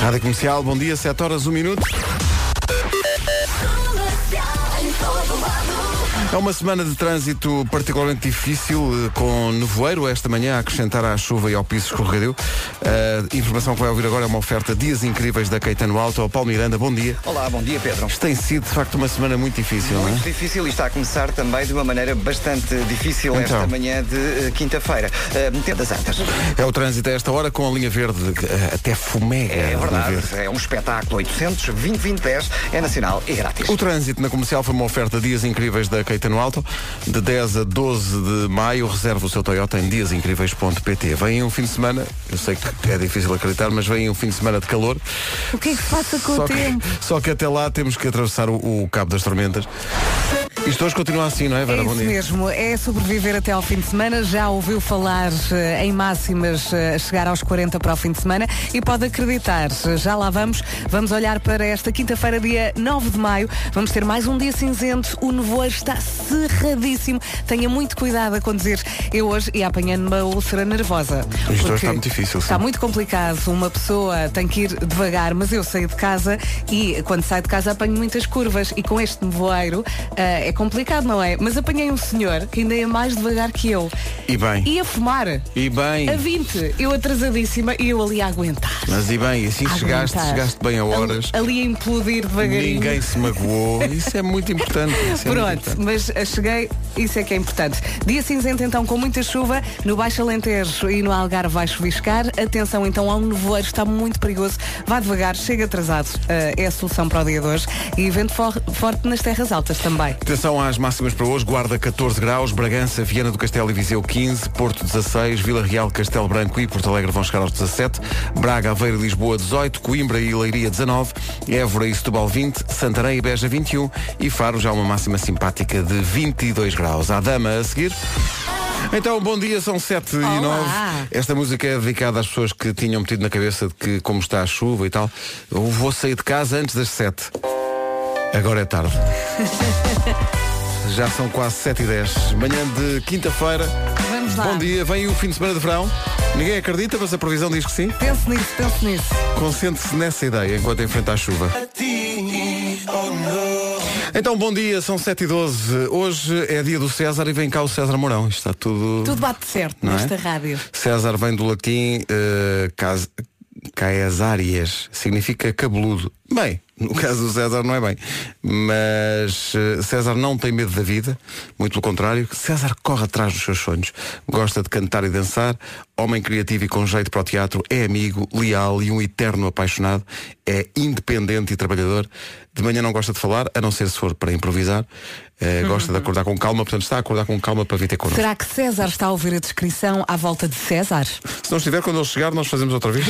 Rádio Comercial, bom dia, 7 horas, 1 minuto. É uma semana de trânsito particularmente difícil, eh, com nevoeiro esta manhã a acrescentar à chuva e ao piso escorregadio. A informação que vai ouvir agora é uma oferta Dias Incríveis da Caetano Alto. Ao Paulo Miranda, bom dia. Olá, bom dia Pedro. Isto tem sido, de facto, uma semana muito difícil, não é? Muito difícil e está a começar também de uma maneira bastante difícil esta Então. manhã de eh, quinta-feira. Eh, Metendo as antas. É o trânsito a esta hora com a linha verde, que, eh, até fumega. É a linha verdade, verde. é um espetáculo 800 20 20 10 é nacional e grátis. O trânsito na comercial foi uma oferta Dias Incríveis da Caetano Alto. De 10 a 12 de maio, reserva o seu Toyota em diasincríveis.pt. Vem um fim de semana, eu sei que é difícil acreditar, mas vem um fim de semana de calor. O que é que se passa com Só o que, tempo? só que até lá temos que atravessar o, o Cabo das Tormentas. Isto hoje continua assim, não é, É Vera? isso Bom dia. mesmo, é sobreviver até ao fim de semana. Já ouviu falar eh, em máximas eh, a chegar aos 40 para o fim de semana e pode acreditar, eh, já lá vamos. Vamos olhar para esta quinta-feira, dia 9 de maio. Vamos ter mais um dia cinzento. O nevoeiro está cerradíssimo. Tenha muito cuidado a conduzir. Eu hoje ia apanhando uma úlcera nervosa. hoje Porque está muito difícil, sim. Está muito complicado. Uma pessoa tem que ir devagar, mas eu saio de casa e quando saio de casa apanho muitas curvas e com este nevoeiro ah, é complicado, não é? Mas apanhei um senhor que ainda é mais devagar que eu. E bem. E a fumar. E bem. A 20, eu atrasadíssima e eu ali a aguentar. Mas e bem, e assim chegaste, Aguentar. chegaste bem a horas. Ali, ali a implodir devagarinho. Ninguém se magoou. Isso é muito importante. isso é muito Pronto, importante. mas ah, cheguei, isso é que é importante. Dia cinzento então com muita chuva, no Baixo Alentejo e no Algarve vai chuviscar. Atenção então ao nevoeiro, está muito perigoso. Vá devagar, chega atrasado. Ah, é a solução para o dia de hoje. E vento for- forte nas terras altas também. Atenção às máximas para hoje. Guarda 14 graus, Bragança, Viana do Castelo e Viseu 15, Porto 16, Vila Real, Castelo Branco e Porto Alegre vão chegar aos 17, Braga, Aveiro e Lisboa 18, Coimbra e Leiria 19, Évora e Setúbal 20, Santarém e Beja 21 e Faro já uma máxima simpática de 22 graus. À dama a seguir. Então, bom dia, são 7 e Olá. 9. Esta música é dedicada às pessoas que tinham metido na cabeça de que, como está a chuva e tal, eu vou sair de casa antes das 7. Agora é tarde. Já são quase 7 e 10 Manhã de quinta-feira. Vamos lá. Bom dia, vem o fim de semana de verão. Ninguém acredita, mas a previsão diz que sim. Pense nisso, pense nisso. Concentre-se nessa ideia enquanto enfrenta a chuva. Então, bom dia, são 7 e 12 Hoje é dia do César e vem cá o César Mourão. Isto Está tudo. Tudo bate certo Não é? nesta rádio. César vem do latim eh, cas... caesaries, significa cabeludo. Bem, no caso do César não é bem. Mas eh, César não tem medo da vida, muito pelo contrário. César corre atrás dos seus sonhos. Gosta de cantar e dançar, homem criativo e com jeito para o teatro, é amigo, leal e um eterno apaixonado. É independente e trabalhador. De manhã não gosta de falar, a não ser se for para improvisar. Eh, gosta de acordar com calma, portanto está a acordar com calma para vir ter connosco. Será que César está a ouvir a descrição à volta de César? Se não estiver, quando ele chegar, nós fazemos outra vez.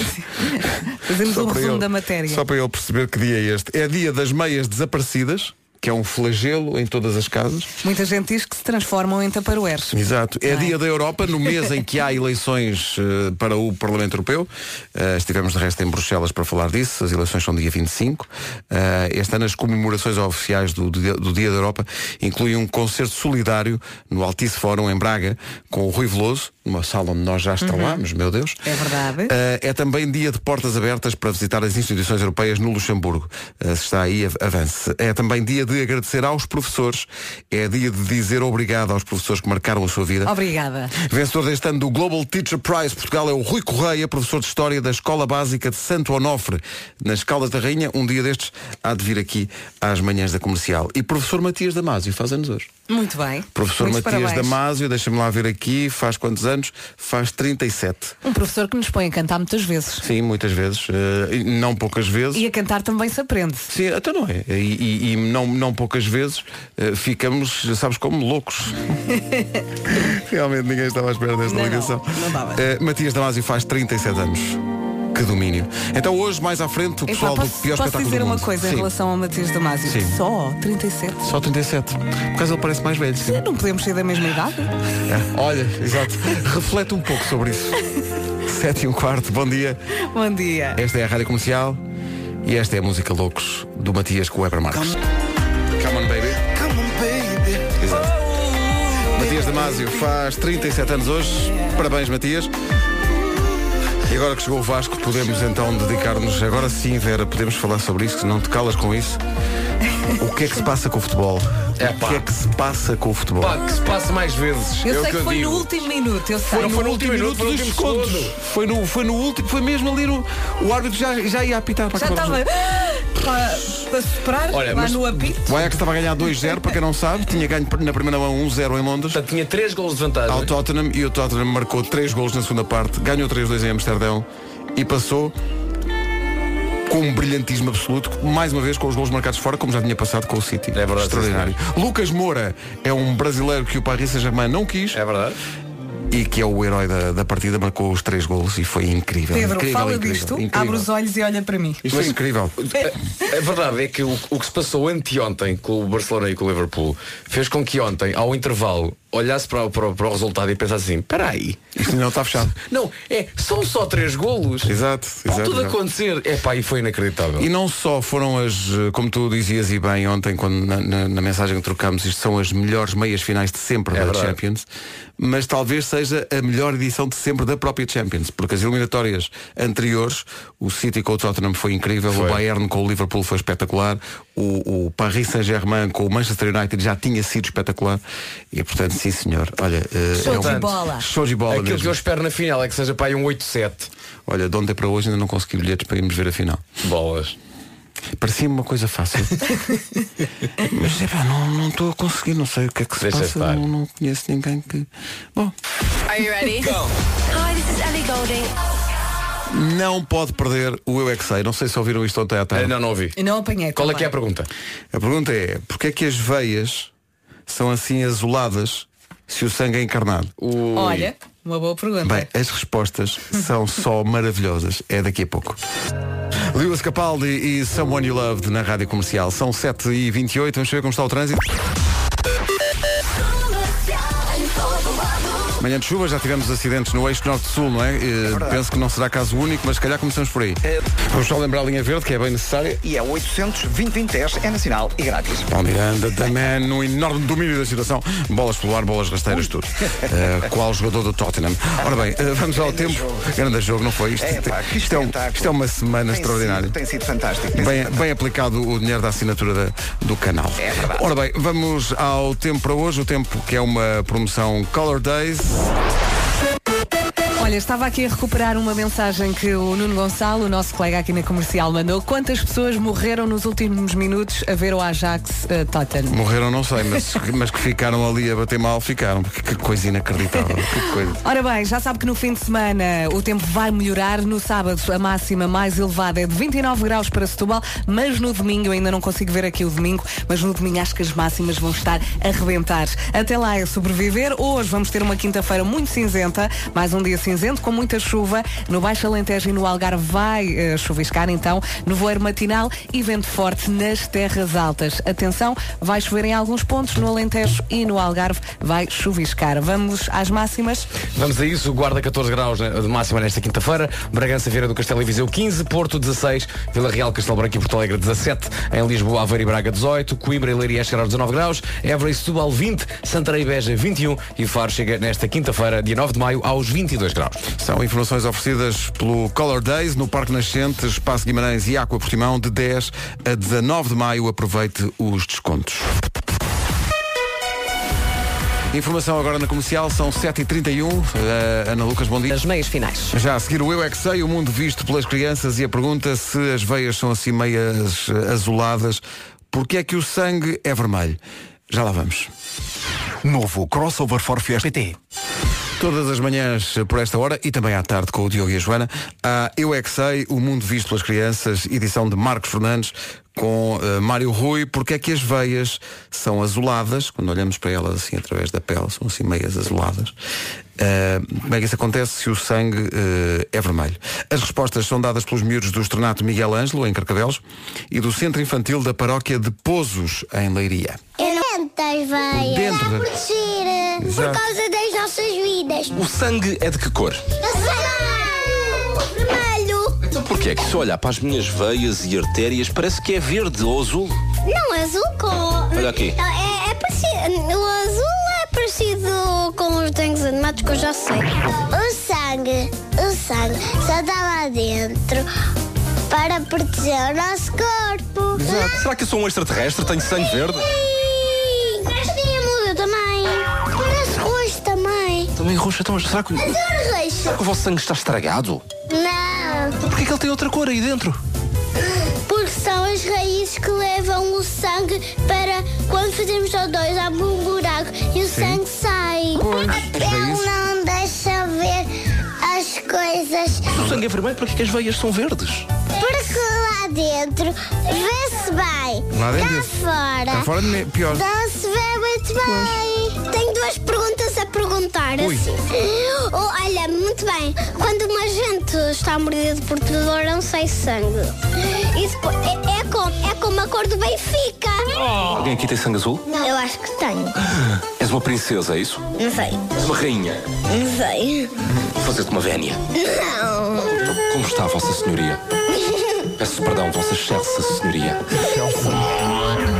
Fazemos um para resumo ele- da matéria. Só para ele perceber que dia é este. É dia das meias desaparecidas, que é um flagelo em todas as casas. Muita gente diz que se transformam em taparoeiros. Exato. É Não é? dia da Europa, no mês em que há eleições eh, para o Parlamento Europeu. Eh, estivemos de resto em Bruxelas para falar disso. As eleições são dia 25. Eh, este ano as comemorações oficiais do, do dia- do Dia da Europa incluem um concerto solidário no Altice Fórum em Braga com o Rui Veloso, numa sala onde nós já estralámos, meu Deus. É verdade. Eh, é também dia de portas abertas para visitar as instituições europeias no Luxemburgo. Eh, se está aí, av- avance. É também dia de agradecer aos professores. É dia de dizer obrigado aos professores que marcaram a sua vida. Obrigada. Vencedor deste ano do Global Teacher Prize Portugal é o Rui Correia, professor de História da Escola Básica de Santo Onofre, nas Caldas da Rainha. Um dia destes há de vir aqui às manhãs da comercial. E professor Matias Damasio faz anos hoje. Muito bem. Professor Muitos Matias parabéns. Damasio, deixa-me lá ver aqui, faz quantos anos? Faz 37. Um professor que nos põe a cantar muitas vezes. Sim, muitas vezes. eh, e não poucas vezes. E a cantar também se aprende. Sim, até não é. E, e- e não, não poucas vezes eh, ficamos, sabes como, loucos. Realmente ninguém estava à espera desta Não, não. ligação. Não estava. Eh, Matias Damasio faz 37 anos. Que domínio. Então hoje, mais à frente, o pessoal Epá, do posso pior posso espetáculo dizer do mundo. uma coisa Sim. em relação ao Matias Damasio? Sim. Só 37. Só 37. Por causa ele parece mais velho. sim. Não podemos ser da mesma idade? É. Olha, exato. Reflete um pouco sobre isso. 7 e um quarto, bom dia. Bom dia. Esta é a Rádio Comercial e esta é a música Loucos do Matias com o Weber Marques. Come on, baby. Exato. Matias Damasio faz 37 anos hoje. Parabéns, Matias. E agora que chegou o Vasco, podemos então dedicar-nos, agora sim, Vera, podemos falar sobre isso, se não te calas com isso. O que é que se passa com o futebol? É, o pá. que é que se passa com o futebol? Pá, que se passe mais vezes. Eu é o sei que que eu foi digo. no último minuto, eu sei. Foi- foi no último minuto, Minuto foi no dos último descontos. segundo. Foi no, foi no último, foi mesmo ali no. O árbitro já, já ia apitar para Já acabar o estava jogo. para, para soprar Olha, lá mas- no apito. O Ajax estava a ganhar 2-0, para quem não sabe, tinha ganho na primeira mão 1-0 em Londres. Portanto, tinha três gols de vantagem. ao Tottenham e o Tottenham marcou 3 golos na segunda parte, ganhou 3-2 em Amsterdão e passou com um brilhantismo absoluto, mais uma vez com os golos marcados fora, como já tinha passado com o City. É verdade, Extraordinário. Lucas Moura é um brasileiro que o Paris Saint-Germain não quis É verdade. e que é o herói da, da partida, marcou os 3 golos e foi incrível. Pedro, incrível, fala incrível, disto, incrível. abre os olhos e olha para mim. Isto foi incrível. A verdade é que o, o que se passou anteontem com o Barcelona e com o Liverpool fez com que ontem, ao intervalo, olhasse para, o- para o- para o resultado e pensasse assim, peraí, Isto ainda não está fechado. não, é, são só três golos. Exato, Pode exato, tudo exato. acontecer. É pá, e foi inacreditável. E não só foram as, eh, como tu dizias e bem ontem, quando na, na- na mensagem que trocamos, isto são as melhores meias finais de sempre É da verdade. Champions, mas talvez seja a melhor edição de sempre da própria Champions, porque as eliminatórias anteriores, o City com o Tottenham foi incrível, Foi. o Bayern com o Liverpool foi espetacular, o, o Paris Saint-Germain com o Manchester United já tinha sido espetacular, e portanto, sim senhor, olha, eh, Show é de um- bola. Show de bola Aquilo mesmo. que eu espero na final é que seja para aí um 8-7. Olha, de ontem para hoje ainda não consegui bilhetes para irmos ver a final. Bolas. Parecia-me uma coisa fácil. Mas epá, não não estou a conseguir, não sei o que é que se Deixa passa, estar. não, não conheço ninguém que. Bom, Are you ready? Go. Hi, this is Ellie Golding. não pode perder o Eu é que sei. Não sei se ouviram isto ontem à tarde. Eh, Não, não ouvi. E não apanhei. Qual é também. que é a pergunta? A pergunta é, porquê é que as veias são assim azuladas se o sangue é encarnado? Ui. Olha, uma boa pergunta. Bem, as respostas são só maravilhosas. É daqui a pouco. Lewis Capaldi e Someone You Loved na Rádio Comercial. São 7h28, vamos ver como está o trânsito. Manhã de chuva, já tivemos acidentes no eixo norte-sul, não é? Eh, penso que não será caso único, mas se calhar começamos por aí. É. Vamos só lembrar a linha verde, que é bem necessária. E é 800 é nacional e grátis. Paulo Miranda também num enorme domínio da situação. Bolas pelo ar, bolas rasteiras, tudo. Eh, qual jogador do Tottenham? Ora bem, eh, vamos ao Grande tempo. jogo. Grande jogo, não foi isto? É, pá, que isto, é um- espetáculo. isto é uma semana Tem extraordinária. sido- tem sido fantástico. Tem Bem, sido bem aplicado o dinheiro da assinatura da- do canal. É verdade. Ora bem, vamos ao tempo para hoje, o tempo que é uma promoção Color Days. Olha, estava aqui a recuperar uma mensagem que o Nuno Gonçalo, o nosso colega aqui na comercial, mandou. Quantas pessoas morreram nos últimos minutos a ver o Ajax eh, Tottenham? Morreram, não sei, mas, mas que ficaram ali a bater mal, ficaram. Que, que coisa inacreditável. Que coisa. Ora bem, já sabe que no fim de semana o tempo vai melhorar. No sábado a máxima mais elevada é de 29 graus para Setúbal, mas no domingo, eu ainda não consigo ver aqui o domingo, mas no domingo acho que as máximas vão estar a rebentar. Até lá é sobreviver. Hoje vamos ter uma quinta-feira muito cinzenta, mais um dia cinzento com muita chuva. No Baixo Alentejo e no Algarve vai eh, chuviscar então, nevoeiro matinal e vento forte nas terras altas. Atenção, vai chover em alguns pontos no Alentejo e no Algarve vai chuviscar. Vamos às máximas. Vamos a isso, Guarda 14 graus né, de máxima nesta quinta-feira, Bragança, Vieira do Castelo e Viseu 15, Porto 16, Vila Real, Castelo Branco e Porto Alegre 17, em Lisboa, Aveiro e Braga 18, Coimbra e Leiria chegará aos 19 graus, Évora e Setúbal 20, Santarém e Beja 21 e Faro chega nesta quinta-feira, dia 9 de maio, aos 22 graus. São informações oferecidas pelo Color Days no Parque Nascente, Espaço Guimarães e Aqua Portimão, de 10 a 19 de maio. Aproveite os descontos. Informação agora na comercial, são 7h31. Eh, Ana Lucas, bom dia. As meias finais. Já a seguir o Eu É Que Sei, o mundo visto pelas crianças e a pergunta se as veias são assim meias eh, azuladas, porque é que o sangue é vermelho? Já lá vamos. Novo crossover for Fiesta PT. Todas as manhãs eh, por esta hora e também à tarde com o Diogo e a Joana, há Eu É Que Sei, o mundo visto pelas crianças, edição de Marcos Fernandes com eh, Mário Rui, porque é que as veias são azuladas, quando olhamos para elas assim através da pele, são assim meias azuladas. Eh, como é que isso acontece se o sangue eh, é vermelho? As respostas são dadas pelos miúdos do Estrenato Miguel Ângelo, em Carcavelos, e do Centro Infantil da Paróquia de Pozos, em Leiria. Eu não é tentei, veio. Dentro da- Para proteger. Exato. eh, Por causa das nossas vidas. O sangue é de que cor? Eu sei. Vermelho. Então porquê é que se olhar para as minhas veias e artérias parece que é verde ou azul? Não, azul com... Olha aqui. Não, é, é parecido... O azul é parecido com os desenhos animados que eu já sei. O sangue sangue, o sangue só está lá dentro para proteger o nosso corpo. Exato. Será que eu sou um extraterrestre? Tenho sangue verde? Sim, Mas tem a muda também. Mas roxo também. Também roxa, então, mas será que, Mas será o roxo. que o vosso sangue está estragado? Não, Então porquê que ele tem outra cor aí dentro? porque são as raízes que levam o sangue para quando fazemos O2 abre um buraco e o sangue sai. O pele não deixa ver as coisas Se o sangue é vermelho, porquê que as veias são verdes? porque lá dentro vê-se bem. Lá dentro Cá vê-se. fora. Cá fora me- pior. Não se vê muito bem. Tenho duas perguntas a perguntar. assim. Oh, olha, muito bem. Quando uma gente está mordida por tubarão, sai sangue. E depois, é, é como, é como a cor do Benfica. Alguém aqui tem sangue azul? Eu acho que tenho. És uma princesa, é isso? Não sei. És uma rainha. Não sei. Vou fazer-te uma vénia. Não. Como está, Vossa Senhoria? Peço perdão, Vossa Excelsa Senhoria.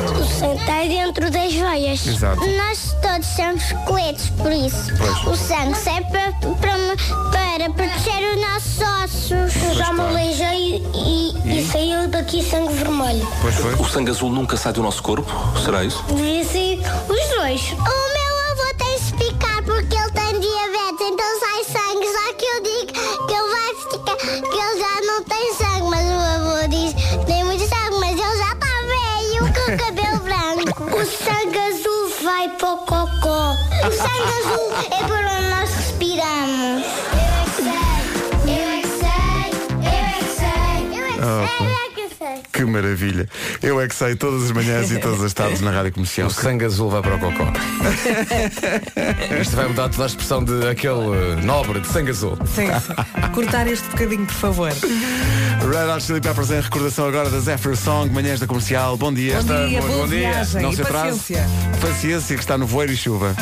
O sangue está dentro das veias. Exato. Nós todos somos coletes, por isso. O sangue serve para, para, para proteger os nossos ossos. Eu já me aleijei e, saiu daqui sangue vermelho. Pois foi. O sangue azul nunca sai do nosso corpo? Será isso? Devia sair Um é assim, os dois. O meu avô tem de picar porque ele tem diabetes, então sai sangue. Só que eu digo que ele vai ficar, que ele já não tem sangue. Mas o avô diz que tem muito sangue, mas ele já está velho, com o cabelo branco. O sangue azul vai para o cocó. O sangue azul é por onde nós respiramos. é Eu é que sei, eu é que sei, eu é que Ah, sei, eu é que sei. Ah, Que maravilha. Eu é que saio todas as manhãs e todas as tardes na Rádio Comercial. O sangue azul vai para o cocó. Isto vai mudar toda a expressão de aquele eh, nobre de sangue azul. Sim, sim. Cortar este bocadinho, por favor. Red Hot Chili Peppers em recordação agora da Zephyr Song, manhãs da comercial. Bom Bom dia. Esta- dia, boa viagem Não e se atrase. paciência. Paciência que está no voeiro e chuva.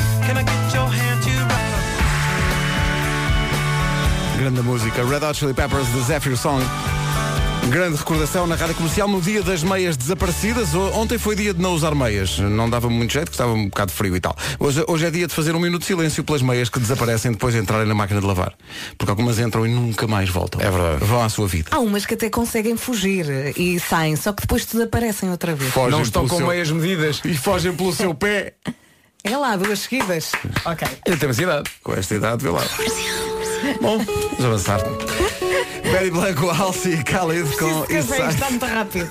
Grande música. Red Hot Chili Peppers de Zephyr Song. Grande recordação na rádio comercial no dia das meias desaparecidas. O- Ontem foi dia de não usar meias. Não dava muito jeito, que estava um bocado frio e tal. Hoje, hoje é dia de fazer um minuto de silêncio pelas meias que desaparecem depois de entrarem na máquina de lavar. Porque algumas entram e nunca mais voltam. É verdade. Vão à sua vida. Há umas que até conseguem fugir e saem, só que depois desaparecem outra vez. Fogem Não estão pelo com seu- meias medidas. E fogem pelo seu pé. É lá, duas seguidas. Ok. Ainda temos idade. Com esta idade, vê lá. Bom, vamos avançar. Betty Blanco, Alce e Khalid com Esse café tá? Inside. está muito rápido.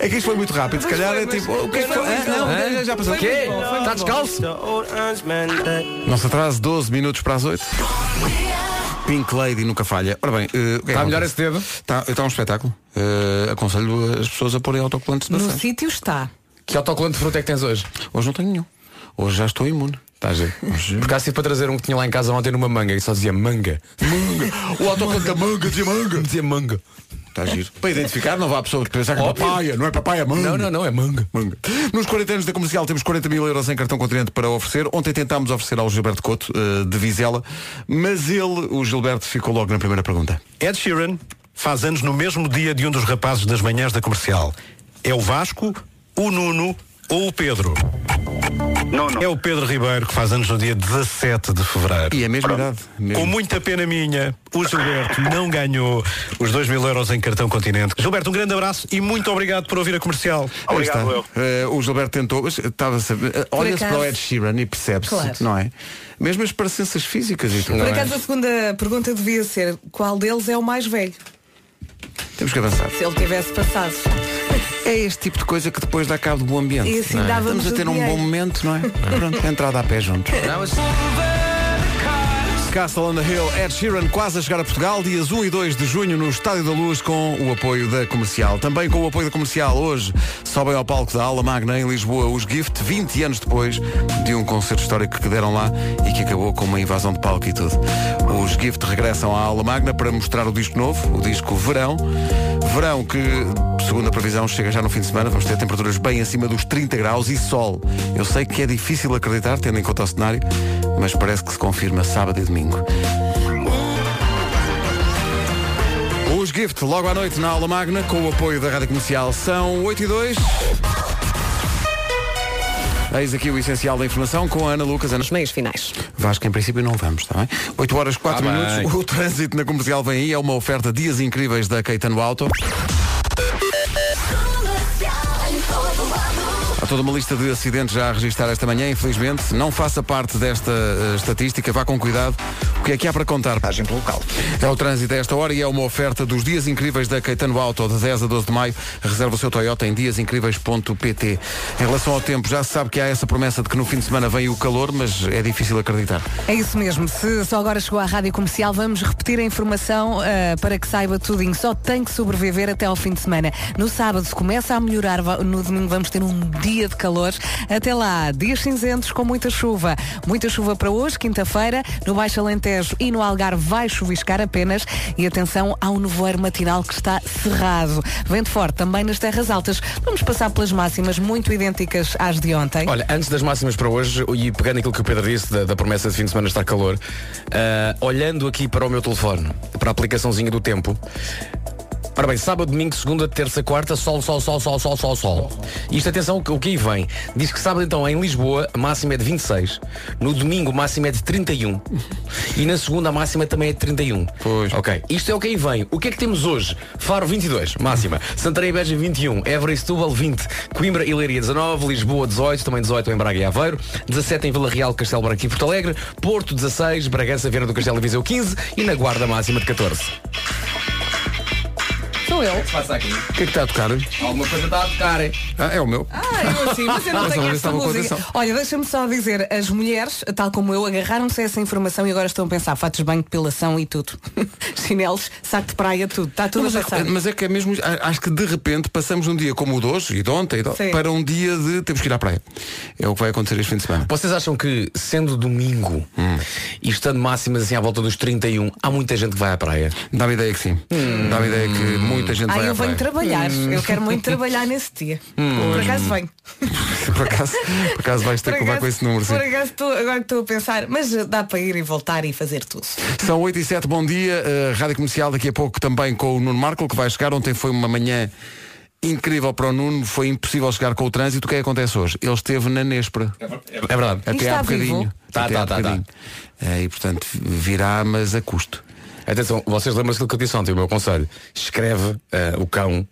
É que isto foi muito rápido, se calhar é tipo. O que é que foi? Ah, não, já- já passou. Tá O quê? Está descalço? Nosso atraso, 12 minutos para as 8. Pink Lady nunca falha. Ora bem, eh, o que é Está que melhor acontece? esse dedo? Está, está um espetáculo. Eh, aconselho as pessoas a porem autocolantes na No frente. sítio está. Que autocolante de fruta é que tens hoje? Tá, Hoje não tenho nenhum. Hoje já estou imune. Está a ver? Porque há sido para trazer um que tinha lá em casa ontem numa manga e só dizia manga. Manga. O autocolante da manga dizia manga. Dizia manga. Está Tá giro. Para identificar, não vá a pessoa pensar que é Óbvio. papaya, não é papaya, manga. Não, não, não, é manga. Manga. Nos 40 anos da comercial temos 40 mil euros em cartão continente para oferecer. Ontem tentámos oferecer ao Gilberto Couto, eh, de Vizela, mas ele, o Gilberto, ficou logo na primeira pergunta. Ed Sheeran faz anos no mesmo dia de um dos rapazes das manhãs da comercial. É o Vasco, o Nuno ou o Pedro? É o Pedro Ribeiro que faz anos no dia 17 de fevereiro. E é a mesma idade. Com Mesmo. muita pena minha, o Gilberto não ganhou os 2 mil euros em cartão continente. Gilberto, um grande abraço e muito obrigado por ouvir a comercial. Aí está. Eh, o Gilberto tentou, mas estava a saber. eh, Olha-se acaso- para o Ed Sheeran e percebe-se, Claro. não é? Mesmo as parecenças físicas e Por tudo. não é? acaso a segunda pergunta devia ser qual deles é o mais velho? Temos que avançar. Se ele tivesse passado. É este tipo de coisa que depois dá cabo do bom ambiente. E assim não é? dávamos Estamos a o ter um dinheiro. bom momento, não é? Pronto, entrada a pé juntos. Castle on the Hill, Ed Sheeran quase a chegar a Portugal, dias 1 e 2 de junho no Estádio da Luz com o apoio da Comercial. Também com o apoio da Comercial, hoje sobem ao palco da Aula Magna em Lisboa os Gift, 20 anos depois de um concerto histórico que deram lá e que acabou com uma invasão de palco e tudo. Os Gift regressam à Aula Magna para mostrar o disco novo, o disco Verão. Verão que, segundo a previsão, chega já no fim de semana, vamos ter temperaturas bem acima dos 30 graus e sol. Eu sei que é difícil acreditar, tendo em conta o cenário, mas parece que se confirma sábado e domingo. Os Gift, logo à noite na aula magna, com o apoio da Rádio Comercial, são 8 e 2. Eis aqui o essencial da informação com a Ana Lucas. Ana... Os meios finais. Vasco, em princípio, não vamos, está bem? 8 horas 4 Tá minutos. bem. O trânsito na comercial vem aí. É uma oferta Dias Incríveis da Caetano Auto. Há toda uma lista de acidentes já a registrar esta manhã, infelizmente. Não faça parte desta eh, estatística, vá com cuidado. O que é que há para contar? Viagem pelo local. É o trânsito a esta hora e é uma oferta dos Dias Incríveis da Caetano Auto, de 10 a 12 de maio. Reserva o seu Toyota em diasincríveis.pt. Em relação ao tempo, já se sabe que há essa promessa de que no fim de semana vem o calor, mas é difícil acreditar. É isso mesmo. Se só agora chegou à rádio comercial, vamos repetir a informação ah, para que saiba tudinho. Só tem que sobreviver até ao fim de semana. No sábado começa a melhorar, va- no domingo vamos ter um dia de calor. Até lá, dias cinzentos com muita chuva. Muita chuva para hoje, quinta-feira. No Baixo Alentejo e no Algarve vai chuviscar apenas. E atenção ao nevoeiro matinal que está cerrado. Vento forte também nas terras altas. Vamos passar pelas máximas muito idênticas às de ontem. Olha, antes das máximas para hoje, e pegando aquilo que o Pedro disse da, da promessa de fim de semana estar calor, ah, olhando aqui para o meu telefone, para a aplicaçãozinha do tempo, Ora bem, sábado, domingo, segunda, terça, quarta, sol, sol, sol, sol, sol, sol, sol. Isto, atenção, o que- o que aí vem. Diz que sábado, então, em Lisboa, a máxima é de 26. No domingo, a máxima é de 31. E na segunda, a máxima também é de 31. Pois. Ok. Isto é o que aí vem. O que é que temos hoje? Faro, 22, máxima. Santarém e Beja, 21. Évora e Setúbal, 20. Coimbra e Leiria, 19. Lisboa, 18. Também 18 em Braga e Aveiro. 17 em Vila Real, Castelo Branco e Porto Alegre. Porto, 16. Bragança, Viana do Castelo e Viseu, 15. E na Guarda, máxima de 14. Sou eu. Passa aqui. O que é que está a tocar? Alguma coisa está a tocar, hein? Ah, é o meu. Ah, eu sim, mas eu não Mas tenho olha, essa estava com música. atenção. Olha, deixa-me só dizer, as mulheres, tal como eu, agarraram-se a essa informação e agora estão a pensar fatos de banho, depilação e tudo. Chinelos, saco de praia, tudo. Está tudo Mas a é, passar. que- mas é que é mesmo, a- acho que de repente passamos de um dia como o de hoje e de ontem e de- Sim. para um dia de temos que ir à praia. É o que vai acontecer este fim de semana. Vocês acham que, sendo domingo e estando máximas assim à volta dos 31, há muita gente que vai à praia? Hum. Dá-me ideia que sim. Dá-me ideia que muita gente Ah, vai eu à praia. Hum. venho trabalhar. Eu quero muito trabalhar nesse dia. Por acaso venho. por, acaso, por acaso vais ter Por que levar com acaso- esse número. Sim. Por acaso estou- agora estou a pensar, mas eh, dá para ir e voltar e fazer tudo. São 8 e 7, bom dia. Uh, Rádio Comercial daqui a pouco também com o Nuno Marco, que vai chegar. Ontem foi uma manhã incrível para o Nuno, foi impossível chegar com o trânsito. O que é que acontece hoje? Ele esteve na Nespra. É verdade. Até está há bocadinho. vivo? Tá, Até tá, há tá, bocadinho. Eh, e portanto virá, mas a custo. Atenção, vocês lembram-se do que eu disse ontem, o meu conselho. Escreve eh, o cão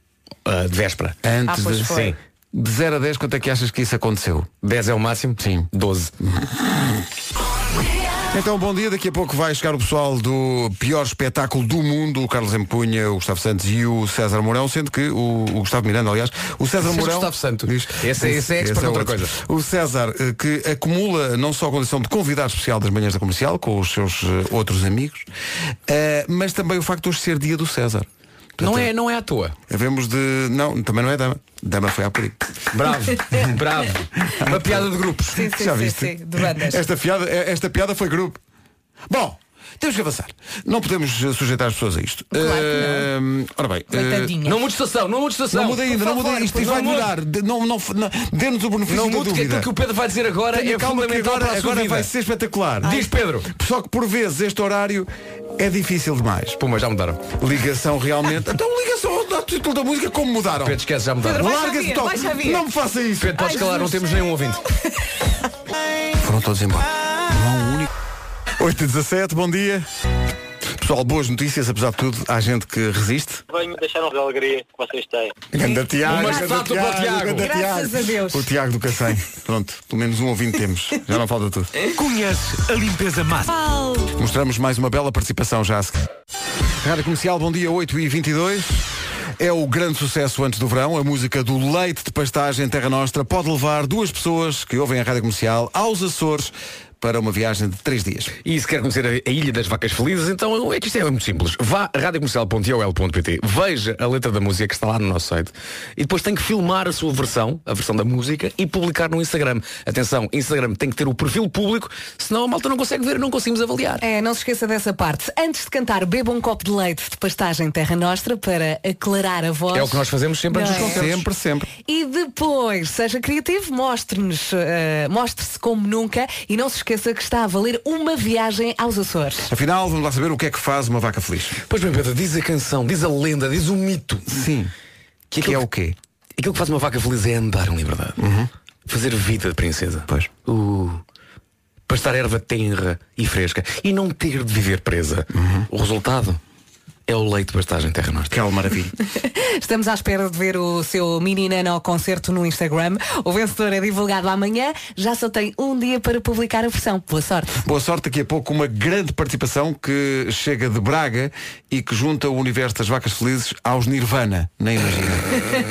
eh, de véspera. Ah, Antes pois de, foi. Sim. de 0 a 10, quanto é que achas que isso aconteceu? 10 é o máximo? Sim. 12. Então, bom dia. Daqui a pouco vai chegar o pessoal do pior espetáculo do mundo, o Carlos Empunha, o Gustavo Santos e o César Mourão, sendo que o, o Gustavo Miranda, aliás, o César Esse é Mourão. Gustavo Santos. Esse é- esse é expert noutra outro. coisa. O César, eh, que acumula não só a condição de convidado especial das manhãs da comercial, com os seus eh, outros amigos, eh, mas também o facto de hoje ser dia do César. Não Portanto, é, não é à toa. Havemos de. Não, também não é dama. Dama foi há bocadinho. Bravo, bravo. Uma piada de grupos. Sim, sim, Já sim, viste? sim, de bandas. Esta piada, eh, esta piada foi grupo. Bom, temos que avançar. Não podemos eh, sujeitar as pessoas a isto. Claro que não. Ehm, ora bem, eh, Coitadinha. Eh, Não mude estação, não mude estação. não muda ainda, não muda isto. Isto vai mudar. De- Não, não, não, Dê-nos o benefício Não da mude que dúvida. aquilo que o Pedro vai dizer agora Tenha é calma que fundamental agora, para a sua agora vida. vai ser espetacular. Diz Pedro. Só que por vezes este horário é difícil demais. Puma, já mudaram. Ligação realmente. então ligação ao título da música como mudaram. Pedro, esquece, já mudaram. Pedro, vai- baixa a Larga-se via, top. baixa a via. Não me faça isso. Pedro, podes Ai, calar, não Jesus. temos nenhum ouvinte. Foram todos embora. Não há um único. 8 e 17, bom dia. Pessoal, boas notícias, apesar de tudo, há gente que resiste. Venho deixar uma alegria que vocês têm. Ganda Tiago, Uma ganda estátua Um para o Tiago. ganda Graças Tiago. a Deus. O Tiago do Cacém. Pronto, pelo menos um ouvinte temos. Já não falta tudo. Conhece a limpeza máxima. Mostramos mais uma bela participação já a seguir. Rádio Comercial, bom dia, 8 e 22 é o grande sucesso antes do verão, a música do Leite de Pastagem Terra Nostra pode levar duas pessoas que ouvem a Rádio Comercial aos Açores para uma viagem de três dias. E se quer conhecer a- a Ilha das Vacas Felizes, então é que isto é muito simples. Vá a radiocomercial.iol.pt, veja a letra da música que está lá no nosso site e depois tem que filmar a sua versão, a versão da música, e publicar no Instagram. Atenção, Instagram tem que ter o perfil público, senão a malta não consegue ver, não conseguimos avaliar. É, não se esqueça dessa parte. Antes de cantar, beba um copo de leite de pastagem Terra Nostra para aclarar a voz. É o que nós fazemos sempre Não antes dos é? concertos. Sempre, sempre. E depois, seja criativo, mostre-nos, eh, mostre-se como nunca e não se esqueça que está a valer uma viagem aos Açores. Afinal, vamos lá saber o que é que faz uma vaca feliz. Pois bem, Pedro, diz a canção, diz a lenda, diz o mito. Sim. Que, é o quê? Uhum. Aquilo que faz uma vaca feliz é andar em liberdade. Fazer vida de princesa. Pois. Uh, para estar erva tenra e fresca. E não ter de viver presa. Uhum. O resultado é o leite de pastagem Terra Nostra. Aquela é maravilha. Estamos à espera de ver o seu mini nano ao concerto no Instagram. O vencedor é divulgado amanhã. Já só tem um dia para publicar a versão. Boa sorte. Boa sorte, daqui a pouco uma grande participação que chega de Braga e que junta o universo das vacas felizes aos Nirvana. Nem imagina.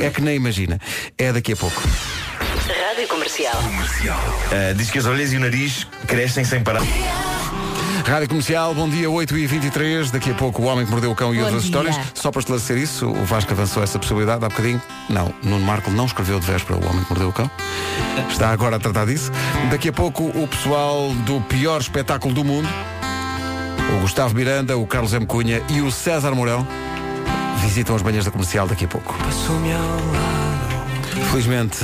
É que nem imagina. É daqui a pouco. Rádio Comercial. Eh, diz que as orelhas e o nariz crescem sem parar. Rádio Comercial, bom dia, 8h23. Daqui a pouco o Homem que Mordeu o Cão e Bom outras dia. histórias. Só para esclarecer isso, o Vasco avançou essa possibilidade há bocadinho. Não, Nuno Marco não escreveu de véspera o Homem que Mordeu o Cão. Está agora a tratar disso. Daqui a pouco o pessoal do pior espetáculo do mundo, o Gustavo Miranda, o Carlos M. Cunha e o César Mourão, visitam as banhas da Comercial daqui a pouco. Felizmente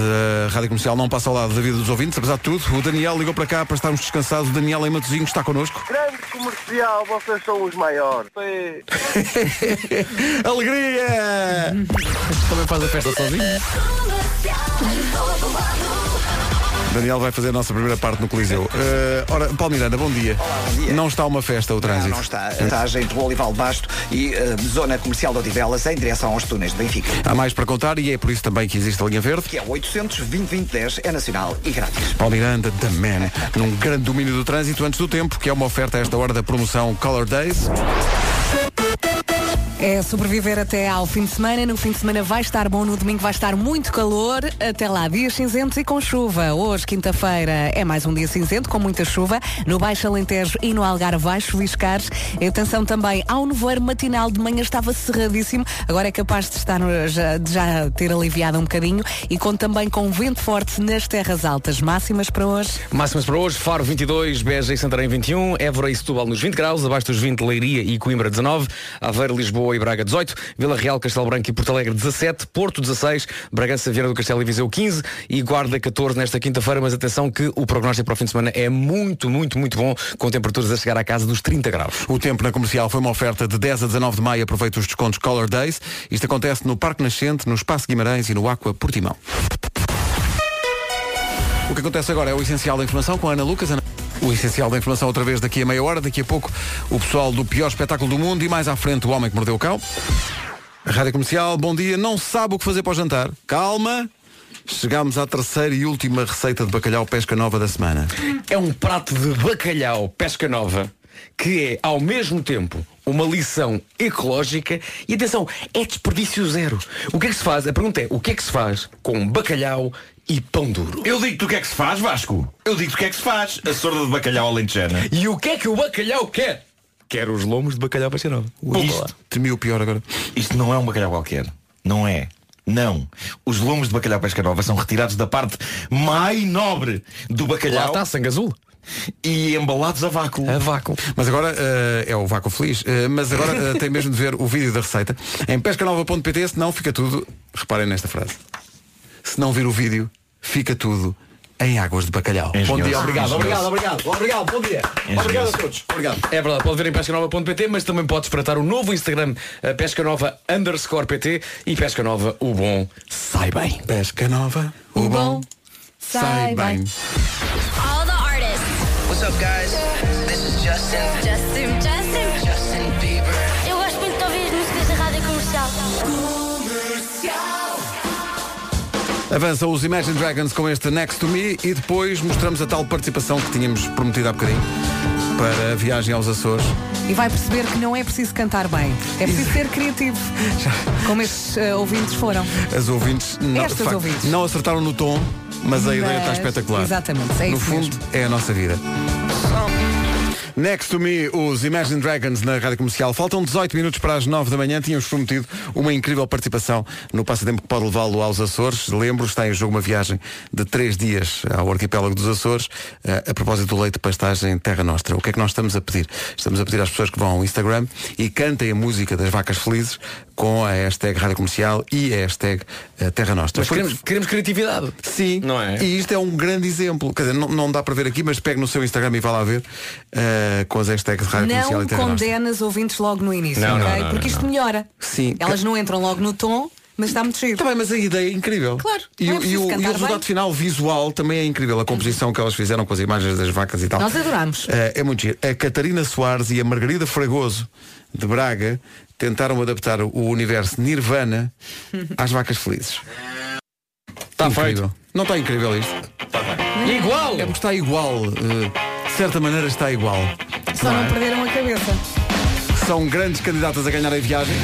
a Rádio Comercial não passa ao lado da vida dos ouvintes, apesar de tudo. O Daniel ligou para cá para estarmos descansados. O Daniel em Matozinho está connosco. Grande comercial, vocês são os maiores. Sim. Alegria! Também faz a festa sozinho? Daniel vai fazer a nossa primeira parte no Coliseu. Eh, ora, Paulo Miranda, bom dia. Não está uma festa o trânsito. Não, não está. Está a jeito do Olival Basto e eh, zona comercial de Odivelas em direção aos túneis de Benfica. Há mais para contar e é por isso também que existe a linha verde. Que é o 800 2010 é nacional e grátis. Paulo Miranda, the man, num grande domínio do trânsito antes do tempo, que é uma oferta a esta hora da promoção Color Days. É sobreviver até ao fim de semana. No fim de semana vai estar bom, no domingo vai estar muito calor. Até lá, dias cinzentos e com chuva. Hoje, quinta-feira, é mais um dia cinzento com muita chuva. No Baixo Alentejo e no Algarve vai chuviscar. Atenção também ao nevoeiro matinal de manhã estava cerradíssimo. Agora é capaz de estar no- já, de já ter aliviado um bocadinho e conta também com vento forte nas terras altas máximas para hoje. Máximas para hoje, Faro 22, Beja e Santarém 21, Évora e Setúbal nos 20 graus, abaixo dos 20 Leiria e Coimbra 19, Aveiro, Lisboa e Braga 18, Vila Real, Castelo Branco e Porto Alegre 17, Porto 16, Bragança, Vieira do Castelo e Viseu 15 e Guarda 14 nesta quinta-feira, mas atenção que o prognóstico para o fim de semana é muito, muito, muito bom, com temperaturas a chegar à casa dos 30 graus. O tempo na comercial foi uma oferta de 10 a 19 de maio. Aproveita os descontos Color Days. Isto acontece no Parque Nascente, no Espaço Guimarães e no Aqua Portimão. O que acontece agora é o essencial da informação com a Ana Lucas. Ana... O essencial da informação outra vez daqui a meia hora. Daqui a pouco o pessoal do pior espetáculo do mundo e mais à frente o homem que mordeu o cão. Rádio Comercial, bom dia. Não sabe o que fazer para o jantar. Calma. Chegámos à terceira e última receita de bacalhau pesca nova da semana. É um prato de bacalhau pesca nova que é ao mesmo tempo uma lição ecológica e atenção, é desperdício zero. O que é que se faz? A pergunta é, o que é que se faz com bacalhau e pão duro? Eu digo-te o que é que se faz, Vasco. Eu digo-te o que é que se faz. A sorda de bacalhau alentejana. E o que é que o bacalhau quer? Quer os lomos de bacalhau pesca nova. Isto, temi o pior agora. Isto não é um bacalhau qualquer. Não é. Não. Os lomos de bacalhau pesca nova são retirados da parte mais nobre do bacalhau. Lá está, sangue azul. E embalados a vácuo. A vácuo. Mas agora eh, é o vácuo feliz. Eh, mas agora eh, tem mesmo de ver o vídeo da receita em pescanova.pt, senão fica tudo. Reparem nesta frase. Se não vir o vídeo, fica tudo em águas de bacalhau. Bom dia, obrigado, obrigado. obrigado, obrigado, bom dia. Obrigado a todos. Obrigado. É verdade, pode ver em pescanova.pt, mas também pode espreitar o novo Instagram eh, pescanova underscore pt e pescanova o bom sai bem. Pesca nova, o bom sai bem. All the artists. What's up, guys? This is Justin. Justin. Justin. Justin Bieber. Eu gosto muito de ouvir as músicas da rádio comercial. Avançam os Imagine Dragons com este Next to Me e depois mostramos a tal participação que tínhamos prometido há bocadinho para a viagem aos Açores. E vai perceber que não é preciso cantar bem. É preciso ser criativo. Como estes eh, ouvintes foram. As ouvintes não, Estas de facto, ouvintes. não acertaram no tom, mas a ideia está Mas, espetacular. exatamente, é no isso fundo, é a nossa vida. Next to me, os Imagine Dragons na Rádio Comercial. Faltam 18 minutos para as 9 da manhã. Tínhamos prometido uma incrível participação no passatempo que pode levá-lo aos Açores. Lembro, está em jogo uma viagem de 3 dias ao arquipélago dos Açores eh, a propósito do leite de pastagem Terra Nostra. O que é que nós estamos a pedir? Estamos a pedir às pessoas que vão ao Instagram e cantem a música das vacas felizes com a hashtag Rádio Comercial e a hashtag eh, Terra Nostra. Mas queremos, queremos criatividade. Sim. Não é? E isto é um grande exemplo. Quer dizer, não, não dá para ver aqui, mas pegue no seu Instagram e vá lá ver eh, com as hashtags Rádio Comercial Não e Terra Nostra. condena os ouvintes logo no início, Não, ok? não, não, Porque não, isto não. melhora. Sim. Elas não entram logo no tom, Mas está muito giro. Também, mas a ideia é incrível. Claro. E, não é o- e preciso o, e o cantar resultado bem. final visual também é incrível. A composição que elas fizeram com as imagens das vacas e tal. Nós adorámos. Eh, é muito giro. A Catarina Soares e a Margarida Fragoso de Braga tentaram adaptar o universo Nirvana às vacas felizes. Está feito. Não está incrível isto? Igual! É porque está igual. eh, de certa maneira está igual. Só Não não é? perderam a cabeça. São grandes candidatas a ganhar a viagem.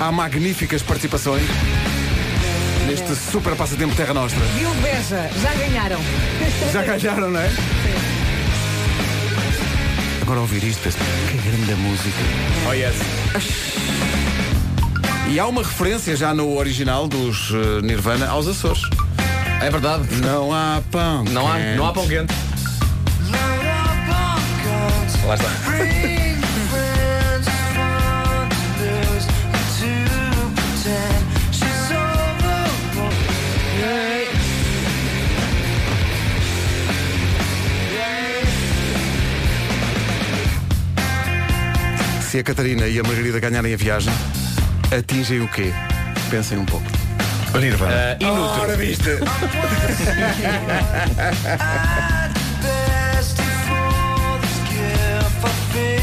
Há magníficas participações neste super passatempo Terra Nostra. Viu Beja, já ganharam. Já ganharam, não é? Agora ouvir isto, penso, que grande música. Oh yes. E há uma referência já no original dos eh, Nirvana aos Açores. É verdade. Não há pão. Não há, não há pão quente. Lá está. Se a Catarina e a Margarida ganharem a viagem, atingem o quê? Pensem um pouco. Ah, Nirvana. inútil. Ora, viste.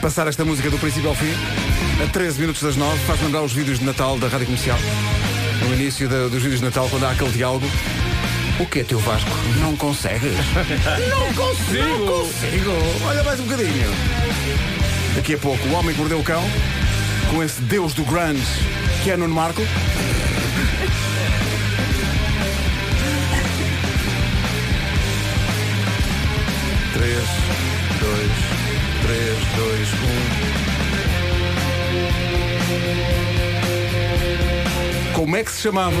Passar esta música do princípio ao fim, a 13 minutos das 9, faz lembrar os vídeos de Natal da Rádio Comercial. No início da- dos vídeos de Natal, quando há aquele diálogo. O que é teu Vasco? Não consegues? Não consigo! Não consigo! Olha mais um bocadinho. Daqui a pouco, o homem que mordeu o cão, com esse deus do grunge, que é Nuno Marco. Três, dois, três, dois, um. Como é que se chamava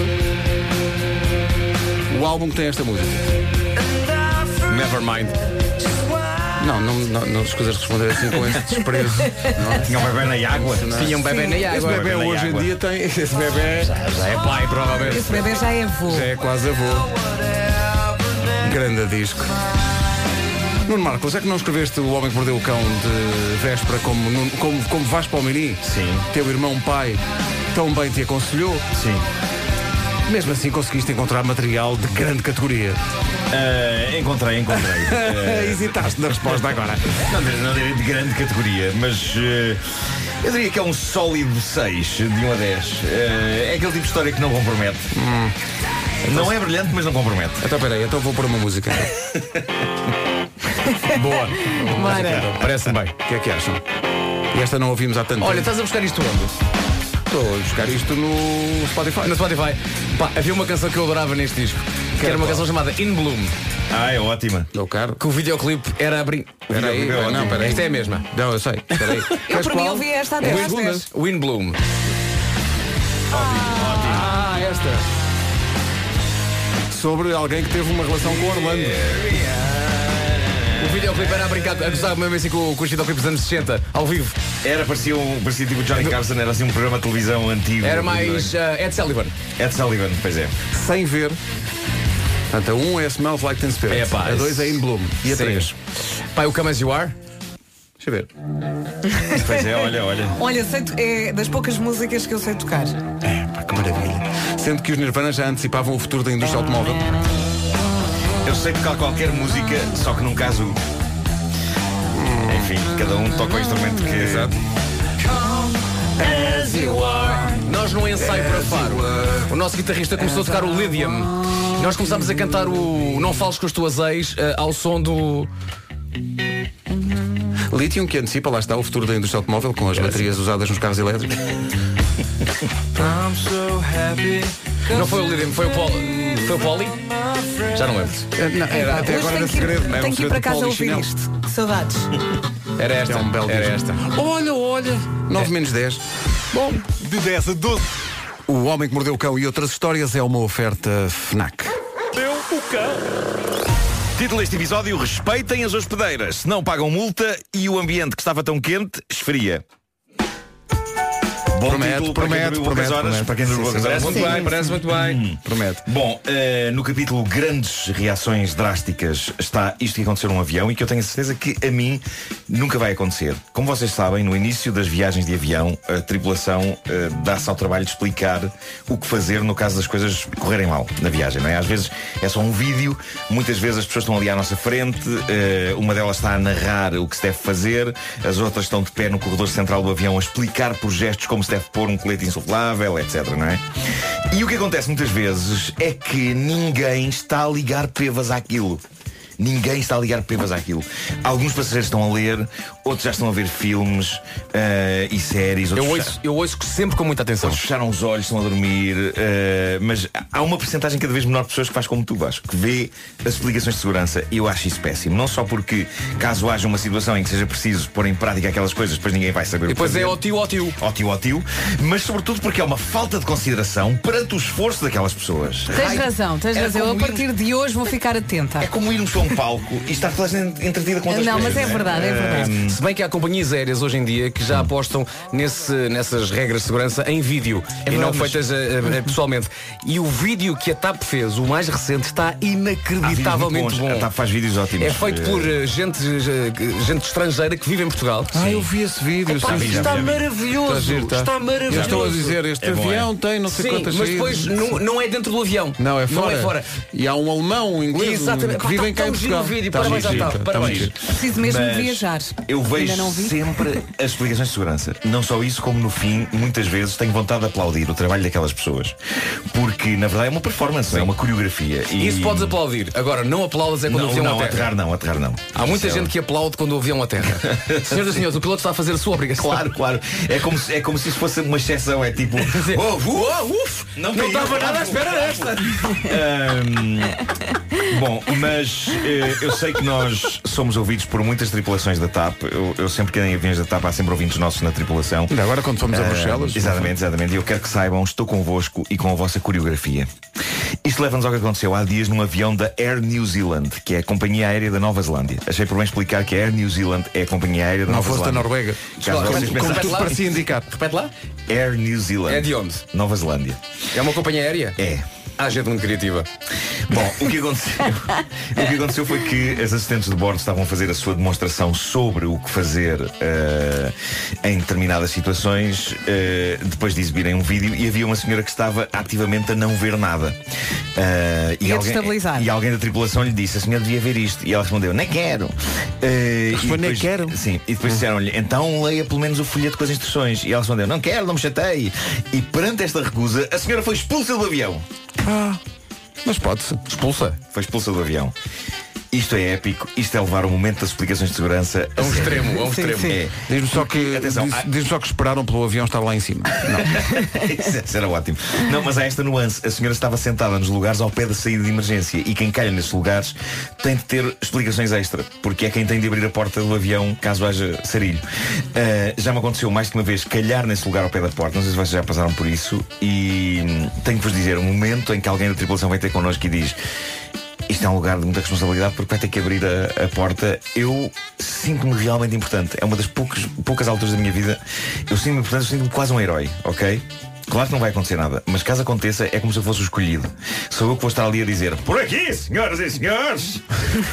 o álbum que tem esta música? Nevermind. Não, não, não, não as coisas responder assim com esse desprezo. Não. Tinha um bebê na água. Tinha um bebê na água. Esse bebê Bebê na hoje em água. dia tem. Esse bebê Já é pai, provavelmente. Esse bebê já é avô. já é quase avô. Grande disco. Nuno Marcos, é que não escreveste O Homem que Mordeu o Cão de véspera como, Nuno- como, como Vasco Palmini? Sim. Teu irmão um pai tão bem te aconselhou? Sim. Mesmo assim conseguiste encontrar material de grande categoria. Eh, Ah, encontrei, encontrei. Ah, Hesitaste na resposta agora. Não, diria- não diria de grande categoria, mas eh, eu diria que é um sólido 6 de 1 a 10. Eh, é aquele tipo de história que não compromete. Não é brilhante, mas não compromete. Hum. Então peraí, então vou pôr uma música. Boa. Bora. Parece-me bem. O que é que acham? E esta não ouvimos há tanto Olha, tempo. estás a buscar isto onde? Estou a buscar isto no Spotify. No Spotify. Pá, havia uma canção que eu adorava neste disco. Que era uma canção chamada In Bloom. Ah, é ótima. Não quero. Que o videoclipe era a brin... Peraí, Não, não, peraí. Esta é a mesma. Não, eu sei. Peraí. Eu, Mas por mim, qual? ouvi esta até É às 10. Win Bloom. Ah, esta. Sobre alguém que teve uma relação com Orlando. O videoclipe era a brincar, a gozar mesmo assim com, com os videoclipes dos anos 60, ao vivo. Era, parecia, um, parecia tipo Johnny Carson, era assim um programa de televisão antigo. é? Era mais eh, Ed Sullivan. Ed Sullivan, pois é. Sem ver. Portanto, a 1 um é Smells Like Teen Spirit. É, pá, a 2 é In Bloom. E a Sim. 3. Pai, o Come As You Are. Deixa eu ver. Pois é, olha, olha. Olha, sei to- é das poucas músicas que eu sei tocar. É, pá, que maravilha. Sendo que os Nirvana já antecipavam o futuro da indústria automóvel. Eu sei tocar qualquer música, só que num caso. Enfim, cada um toca o instrumento que. Exato. As as you are. Nós num ensaio para Faro, o nosso guitarrista começou a tocar o Lydium. Nós começámos a cantar o Não Fales com as Tuas Ex eh, ao som do. Lítio que antecipa, lá está, o futuro da indústria automóvel com as baterias usadas nos carros elétricos. Não foi o Lydium, foi o Poli. Foi o Poli? Já não lembro. Eh, Epá, hoje tenho que ir- Tenho que ir para casa ouvir isto. Saudades. Era esta. É um belo era esta. Olha, olha. 9 menos 10. Bom, de 10 a 12. O Homem que Mordeu o Cão e outras histórias é uma oferta FNAC. Deu o cão. Título deste episódio, respeitem as hospedeiras, se não pagam multa e o ambiente que estava tão quente esfria. Bom Promete, título para quem promete, dormiu poucas promete, horas. promete, para quem dormiu poucas horas. Parece muito Sim, bem, sim. parece muito bem. hum, Promete. Bom, eh, no capítulo Grandes Reações Drásticas está isto que aconteceu num avião e que eu tenho a certeza que a mim nunca vai acontecer. Como vocês sabem, no início das viagens de avião, a tripulação eh, dá-se ao trabalho de explicar o que fazer no caso das coisas correrem mal na viagem, não é? Às vezes é só um vídeo, muitas vezes as pessoas estão ali à nossa frente, eh, uma delas está a narrar o que se deve fazer, as outras estão de pé no corredor central do avião a explicar por gestos como se deve pôr um colete insuflável, etc, não é? E o que acontece muitas vezes é que ninguém está a ligar pevas àquilo. Ninguém está a ligar pevas àquilo. Alguns passageiros estão a ler, outros já estão a ver filmes eh, e séries. Eu outros já- ouço, eu ouço sempre com muita atenção. fecharam os olhos, estão a dormir, eh, mas há uma porcentagem cada vez menor de pessoas que faz como tu, Vasco, que vê as explicações de segurança. E eu acho isso péssimo. Não só porque, caso haja uma situação em que seja preciso pôr em prática aquelas coisas, depois ninguém vai saber E o que depois fazer. é ó tio, ó tio. Ó tio, ó tio. Mas sobretudo porque é uma falta de consideração perante o esforço daquelas pessoas. Tens Ai, razão, tens era razão. Eu a como partir de hoje vou ficar atenta. É como irmos a um palco e estar toda a gente entretida com outras Não, coisas, mas é não é? verdade, é verdade. Ehm, Se bem que há companhias aéreas hoje em dia que já apostam nesse, nessas regras de segurança em vídeo e verdade, não mas- feitas eh, eh, pessoalmente. E o vídeo que a TAP fez, o mais recente, está Há inacreditavelmente vídeos muito bom. bons. A TAP faz vídeos ótimos. É feito por eh, gente, eh, gente estrangeira que vive em Portugal. Ah, eu vi esse vídeo. Epá, sim, isto sim. está Já vi, já vi. maravilhoso, Está giro, está. está maravilhoso. Eu estou a dizer, este É bom, avião é? tem não sei Sim, quantas mas saídas. depois não- não é dentro do avião. Não, é Não fora. é fora. E há um alemão, um inglês, um, Exatamente. que Pá, vivem tá cá em tão giro Portugal. o vídeo. Está Parabéns muito à giro, TAP. está muito Parabéns. giro. Preciso mesmo tá. Mas viajar. Eu vejo Ainda não vi. sempre as explicações de segurança. Não só isso, como no fim, muitas vezes tenho vontade de aplaudir o trabalho daquelas pessoas. Porque, na verdade, é uma performance, não é uma coreografia. E... Isso podes aplaudir. Agora, não aplaudas é quando não, um o avião não, aterra. aterrar não, aterrar não. Há muita Isso é- gente que aplaude quando o avião aterra. Senhoras e senhores, o piloto está a fazer a sua obrigação. Claro, claro. É como se, é como se isso fosse uma exceção. É tipo. Oh, uf, Oh, uf, não não caiu, estava nada à bravo, espera desta. Ahm, bom, mas eh, eu sei que nós somos ouvidos por muitas tripulações da TAP. Eu, eu sempre que andei em aviões da TAP há sempre ouvintes nossos na tripulação. Ainda agora quando fomos a Ahm, Bruxelas. exatamente, exatamente. E eu quero que saibam, estou convosco e com a vossa coreografia. Isto leva-nos ao que aconteceu há dias num avião da Air New Zealand, que é a companhia aérea da Nova Zelândia. Achei por bem explicar que a Air New Zealand é a companhia aérea da Não Nova fosse da Zelândia. Noruega. Caso Como- vocês como pensassem- tudo parecia indicar. Repete lá. Air New Zealand. É de onde? Nova Zelândia. É uma companhia aérea? É. Há gente muito criativa. Bom, o que aconteceu? o que aconteceu foi que as assistentes de bordo estavam a fazer a sua demonstração sobre o que fazer eh, em determinadas situações, eh, depois de exibirem um vídeo, e havia uma senhora que estava ativamente a não ver nada. Eh, E a destabilizar. e alguém da tripulação lhe disse, a senhora devia ver isto. E ela respondeu, nem quero. Eh, Respondeu, "Nem e depois- quero." Sim, e depois disseram-lhe, então leia pelo menos o folheto com as instruções. E ela respondeu, não quero, não me chateie. E perante esta recusa, a senhora foi expulsa do avião. Ah, Mas pode-se. Expulsa. Foi expulsa do avião. Isto é épico, isto é levar o momento das explicações de segurança a um sério. extremo, a um Sim, extremo. sim. É. Diz-me só, que, atenção, diz, há- diz-me só que esperaram pelo avião estar lá em cima. Isso é, isso era ótimo. Não, mas há esta nuance. A senhora estava sentada nos lugares ao pé da saída de emergência e quem calha nesses lugares tem de ter explicações extra, porque é quem tem de abrir a porta do avião caso haja sarilho. Ah, já me aconteceu mais de uma vez calhar nesse lugar ao pé da porta, não sei se vocês já passaram por isso, e hum, tenho que vos dizer, o momento em que alguém da tripulação vem ter connosco e diz isto é um lugar de muita responsabilidade porque vai ter que abrir a, a porta. Eu sinto-me realmente importante. É uma das poucas, poucas alturas da minha vida. Eu sinto-me importante, eu sinto-me quase um herói, ok? Claro que não vai acontecer nada, mas caso aconteça é como se eu fosse o escolhido. Sou eu que vou estar ali a dizer Por aqui, senhoras e senhores!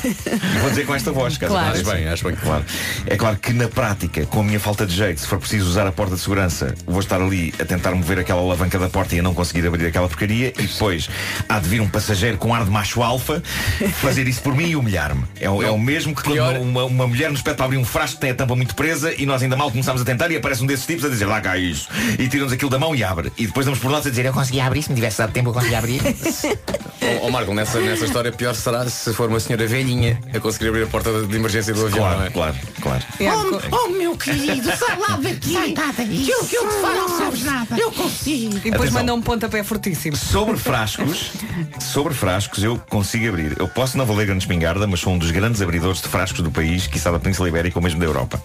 e vou dizer com esta voz, caso Claro. aconteça. Acho bem, acho bem. Claro. É claro que na prática, com a minha falta de jeito, se for preciso usar a porta de segurança, vou estar ali a tentar mover aquela alavanca da porta e a não conseguir abrir aquela porcaria e depois há de vir um passageiro com ar de macho alfa fazer isso por mim e humilhar-me. É, o- é o mesmo que quando uma, uma mulher nos pede para abrir um frasco que tem a tampa muito presa e nós ainda mal começamos a tentar e aparece um desses tipos a dizer lá cá isso e tiramos aquilo da mão e abre. E depois damos por nós a dizer eu consegui abrir, se me tivesse dado tempo eu consegui abrir. Ó oh, Marco, nessa, nessa história pior será se for uma senhora velhinha a conseguir abrir a porta de- de emergência do avião, não é? Claro, claro. Hum, Oh, oh, meu querido, sai lá daqui. Sai lá daqui. Que eu, que eu te falo, não sabes nada. Eu consigo. E depois Atenção. manda um pontapé fortíssimo. Sobre frascos, sobre frascos eu consigo abrir. Eu posso não valer grande espingarda, mas sou um dos grandes abridores de frascos do país, quiçá da Península Ibérica ou mesmo da Europa.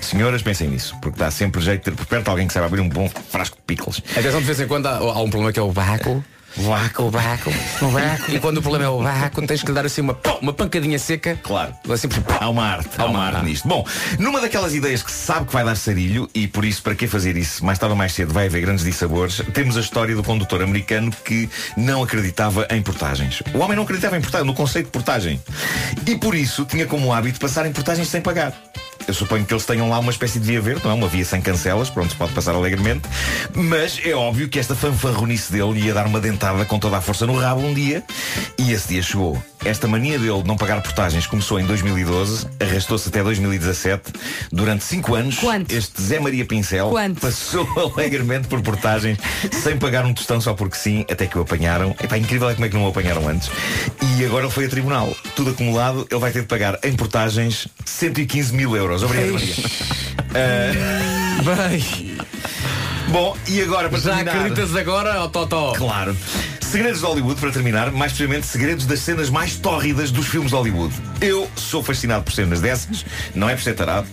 Senhoras, pensem nisso, porque dá sempre jeito de ter por perto alguém que saiba abrir um bom frasco de pickles. Atenção, de vez em quando há, há um problema que é o barraco. Barraco, barraco, no barraco. E quando o problema é o barraco, tens que lhe dar assim uma, pau, uma pancadinha seca. Assim, Claro. Há uma arte, há uma arte Ah. nisto. Bom, numa daquelas ideias que se sabe que vai dar sarilho e por isso para que fazer isso? Mais tarde ou mais cedo vai haver grandes dissabores. Temos a história do condutor americano que não acreditava em portagens. O homem não acreditava em portagem, no conceito de portagem. E por isso tinha como hábito passar em portagens sem pagar. Eu suponho que eles tenham lá uma espécie de via verde, não é? Uma via sem cancelas, pronto, se pode passar alegremente. Mas é óbvio que esta fanfarronice dele ia dar uma dentada com toda a força no rabo um dia. E esse dia chegou. Esta mania dele de não pagar portagens começou em 2012, arrastou-se até 2017. Durante cinco anos, este Zé Maria Pincel Quanto? passou alegremente por portagens sem pagar um tostão só porque sim, até que o apanharam. Epá, incrível é como é que não o apanharam antes. E agora ele foi a tribunal. Tudo acumulado, ele vai ter de pagar em portagens 115 mil euros. Obrigado, Maria. Ah, Bom, e agora para Já terminar... acreditas agora, ó Totó? Claro. Segredos de Hollywood, para terminar, mais precisamente segredos das cenas mais tórridas dos filmes de Hollywood. Eu sou fascinado por cenas dessas, não é por ser tarado.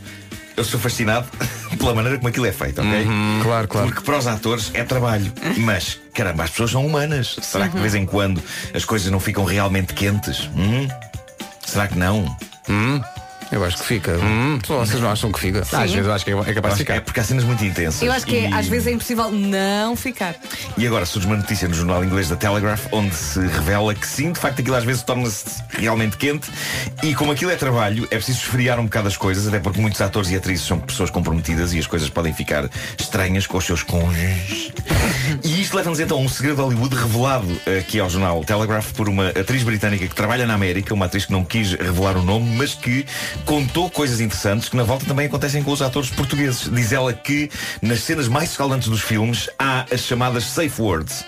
Eu sou fascinado pela maneira como aquilo é feito, ok? claro, claro. Porque para os atores é trabalho. Mas, caramba, as pessoas são humanas. Será Uhum. que de vez em quando as coisas não ficam realmente quentes? Hum? Será que não? Hum? Eu acho que fica. Vocês não acham que fica? Sim. Às vezes eu acho que é de capaz ficar. É porque há cenas muito intensas. Eu acho que é, E- às vezes é impossível não ficar. e agora surge uma notícia no jornal inglês da Telegraph onde se revela que sim, de facto aquilo às vezes torna-se realmente quente e como aquilo é trabalho, é preciso esfriar um bocado as coisas, até porque muitos atores e atrizes são pessoas comprometidas e as coisas podem ficar estranhas com os seus cônjuges. E isto leva-nos então a um segredo de Hollywood revelado eh, aqui ao jornal Telegraph por uma atriz britânica que trabalha na América, uma atriz que não quis revelar o nome, mas que contou coisas interessantes que na volta também acontecem com os atores portugueses. Diz ela que nas cenas mais escaldantes dos filmes há as chamadas safe words.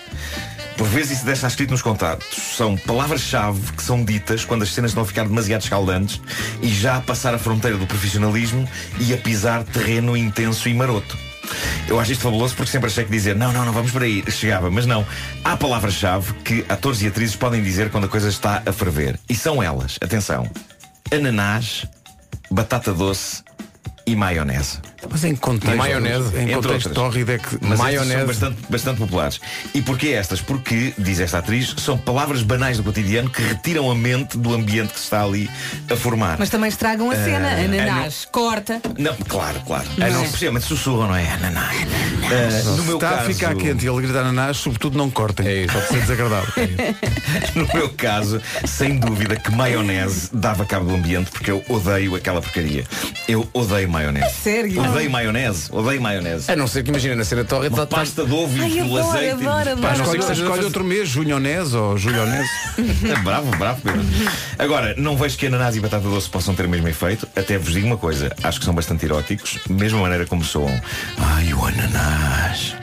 Por vezes isso deve estar escrito nos contatos. São palavras-chave que são ditas quando as cenas estão a ficar demasiado escaldantes e já a passar a fronteira do profissionalismo e a pisar terreno intenso e maroto. Eu acho isto fabuloso porque sempre achei que dizer não, não, não vamos por aí chegava, mas não. Há palavras-chave que atores e atrizes podem dizer quando a coisa está a ferver. E são elas, atenção: ananás, batata doce e maionese. Mas em contexto, Maionese, Um em entre contexto outras. torrido é que Mas Maionese. estas são bastante, bastante populares. E porquê estas? Porque, diz esta atriz, são palavras banais do cotidiano que retiram a mente do ambiente que se está ali a formar. Mas também estragam a Ah, cena. Eh, é, não- Ananás, corta. Não, claro, claro. Não Ah, Não, é? especialmente sussurram, não é? Ananás. Ah, Se no meu está caso, a ficar quente e ele grita ananás, sobretudo não cortem. É isso. Pode ser desagradável. No meu caso, sem dúvida que maionese dava cabo do ambiente porque eu odeio aquela porcaria. Eu odeio maionese. Sério? Odeio maionese, odeio maionese. A não ser que imagina na cena torre tá- Uma pasta de ovo Ai, e do adoro, azeite. adoro, Pá, Mas não sei escolhe, que seja- escolhe outro mês, junionese ou julionese. É bravo, bravo, Pedro. Agora, não vejo que ananás e batata doce possam ter o mesmo efeito. Até vos digo uma coisa, acho que são bastante eróticos, mesma maneira como soam. Ai, o ananás.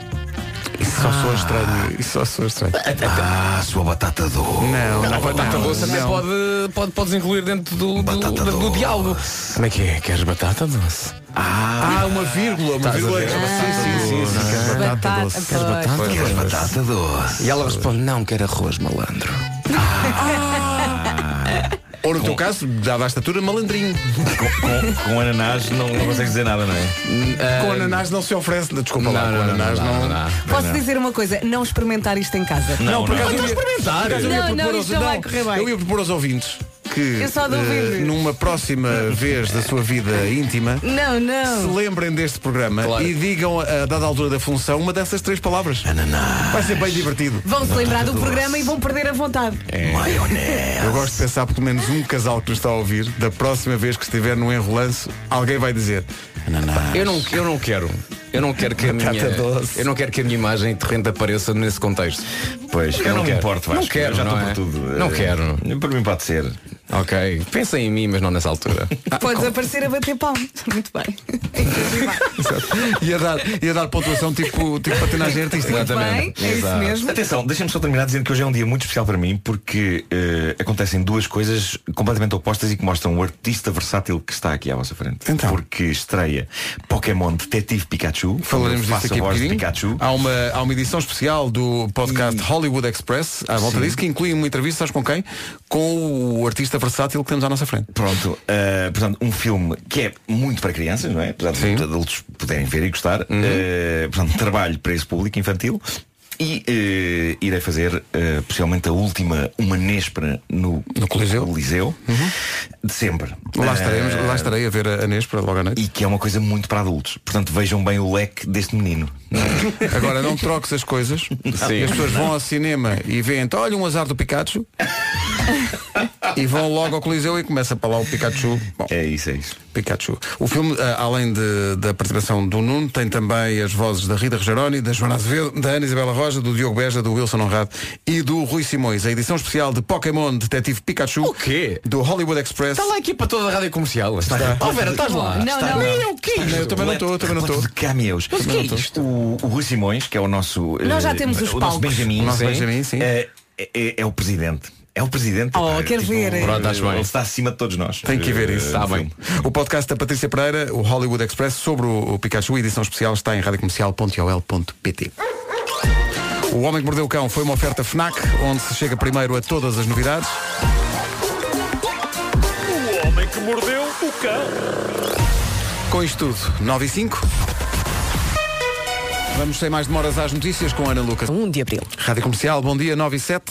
Isso só soa estranho. Isso só soa estranho. Ah, sua batata doce. Não, A batata doce até pode, pode, podes incluir dentro do, do, do- do diálogo. Como é que é? Queres batata doce? Ah, uma vírgula, uma Estás a vírgula. ver? Sim, sim, sim, sim. Ah. Queres batata Batata, doce. pois. Queres batata doce. E ela responde, não, quero arroz, malandro. Ah! Ou no teu caso, dava a estatura malandrinho. Com, com ananás não, não consegues dizer nada, não Ah, é? Com ananás não se oferece. Desculpa lá, Não, com não, não, ananás não, não. Posso dizer uma coisa? Não experimentar isto em casa. Não, Então por acaso eu ia- por acaso eu ia Não, não, propor aos- isto não vai correr bem. Eu ia propor aos ouvintes que Eu só duvido. eh, numa próxima vez da sua vida íntima Não, não. se lembrem deste programa e digam a dada altura da função uma dessas três palavras. Vai ser bem divertido. Vão se lembrar do programa e vão perder a vontade. É. Maionese. Eu gosto de pensar pelo menos um casal que nos está a ouvir, da próxima vez que estiver num enrolanço, alguém vai dizer. Ananás. Eu não, eu não quero. Eu não quero que a minha, Batata doce. eu não quero que a minha imagem de renda apareça nesse contexto. Pois, eu não me quero. importo, Não Vasco. quero, Eu já não estou é? por tudo. Não Eh, quero. Para mim pode ser. Ok. Pensem em mim, mas não nessa altura. Podes aparecer a bater palmas. Muito bem. E a dar, e a dar pontuação tipo, tipo patinagem artística. Exatamente. bem, é isso Exato. mesmo. Atenção, deixa-me só terminar dizendo que hoje é um dia muito especial para mim porque eh, acontecem duas coisas completamente opostas e que mostram o artista versátil que está aqui à vossa frente. Então. Porque estreia Pokémon Detetive Pikachu. Falaremos onde eu disso faço aqui a a voz de bocadinho. Pikachu. Hum. Há uma, há uma edição especial do podcast Hollywood Express, à volta Sim. disso, que inclui uma entrevista, sabes com quem? Com o artista versátil que temos à nossa frente. Pronto, eh, portanto, um filme que é muito para crianças, não é? Apesar de os adultos poderem ver e gostar. Uhum. Eh, portanto, trabalho para esse público infantil. E eh, irei fazer, eh, possivelmente, a última uma nespra no, Coliseu, de sempre. Uhum. Lá estaremos, Eh, lá estarei a ver a, a Nespra logo à noite. E que é uma coisa muito para adultos. Portanto, vejam bem o leque deste menino. Uhum. Agora não troques as coisas. E as pessoas vão ao cinema e veem, olha um azar do Pikachu. e vão logo ao Coliseu e começa para lá o Pikachu. é isso, é isso. Pikachu. O filme, ah, além de- da participação do Nuno, tem também as vozes da Rita Rogeroni, da Joana Azevedo, da Ana Isabela Roja, do Diogo Beja, do Wilson Honrado e do Rui Simões. A edição especial de Pokémon Detetive Pikachu. O quê? Do Hollywood Express. Está lá aqui para toda a rádio comercial. Está. Oh, Vera, estás lá. Não, Está. não. Nem eu, o que é isto? Eu também não estou, eu também não estou. De cameos. Mas o que é isto? O, o Rui Simões, que é o nosso. eh, Nós já temos os o palcos. nosso Benjamin, O nosso sim, Benjamin, sim. eh, É, é o presidente. É o presidente. Oh, pá, quero ver. Pronto, acho bem. Ele está acima de todos nós. Tem que ver Eh, isso. Tá no filme. O podcast da Patrícia Pereira, o Hollywood Express, sobre o, o Pikachu, edição especial, está em radiocomercial.ol.pt. O Homem que Mordeu o Cão foi uma oferta FNAC, onde se chega primeiro a todas as novidades. O homem que mordeu o cão. Com isto tudo, 9 e 5. Vamos sem mais demoras às notícias com Ana Lucas. 1 de abril. Rádio Comercial, bom dia, 9 e 7.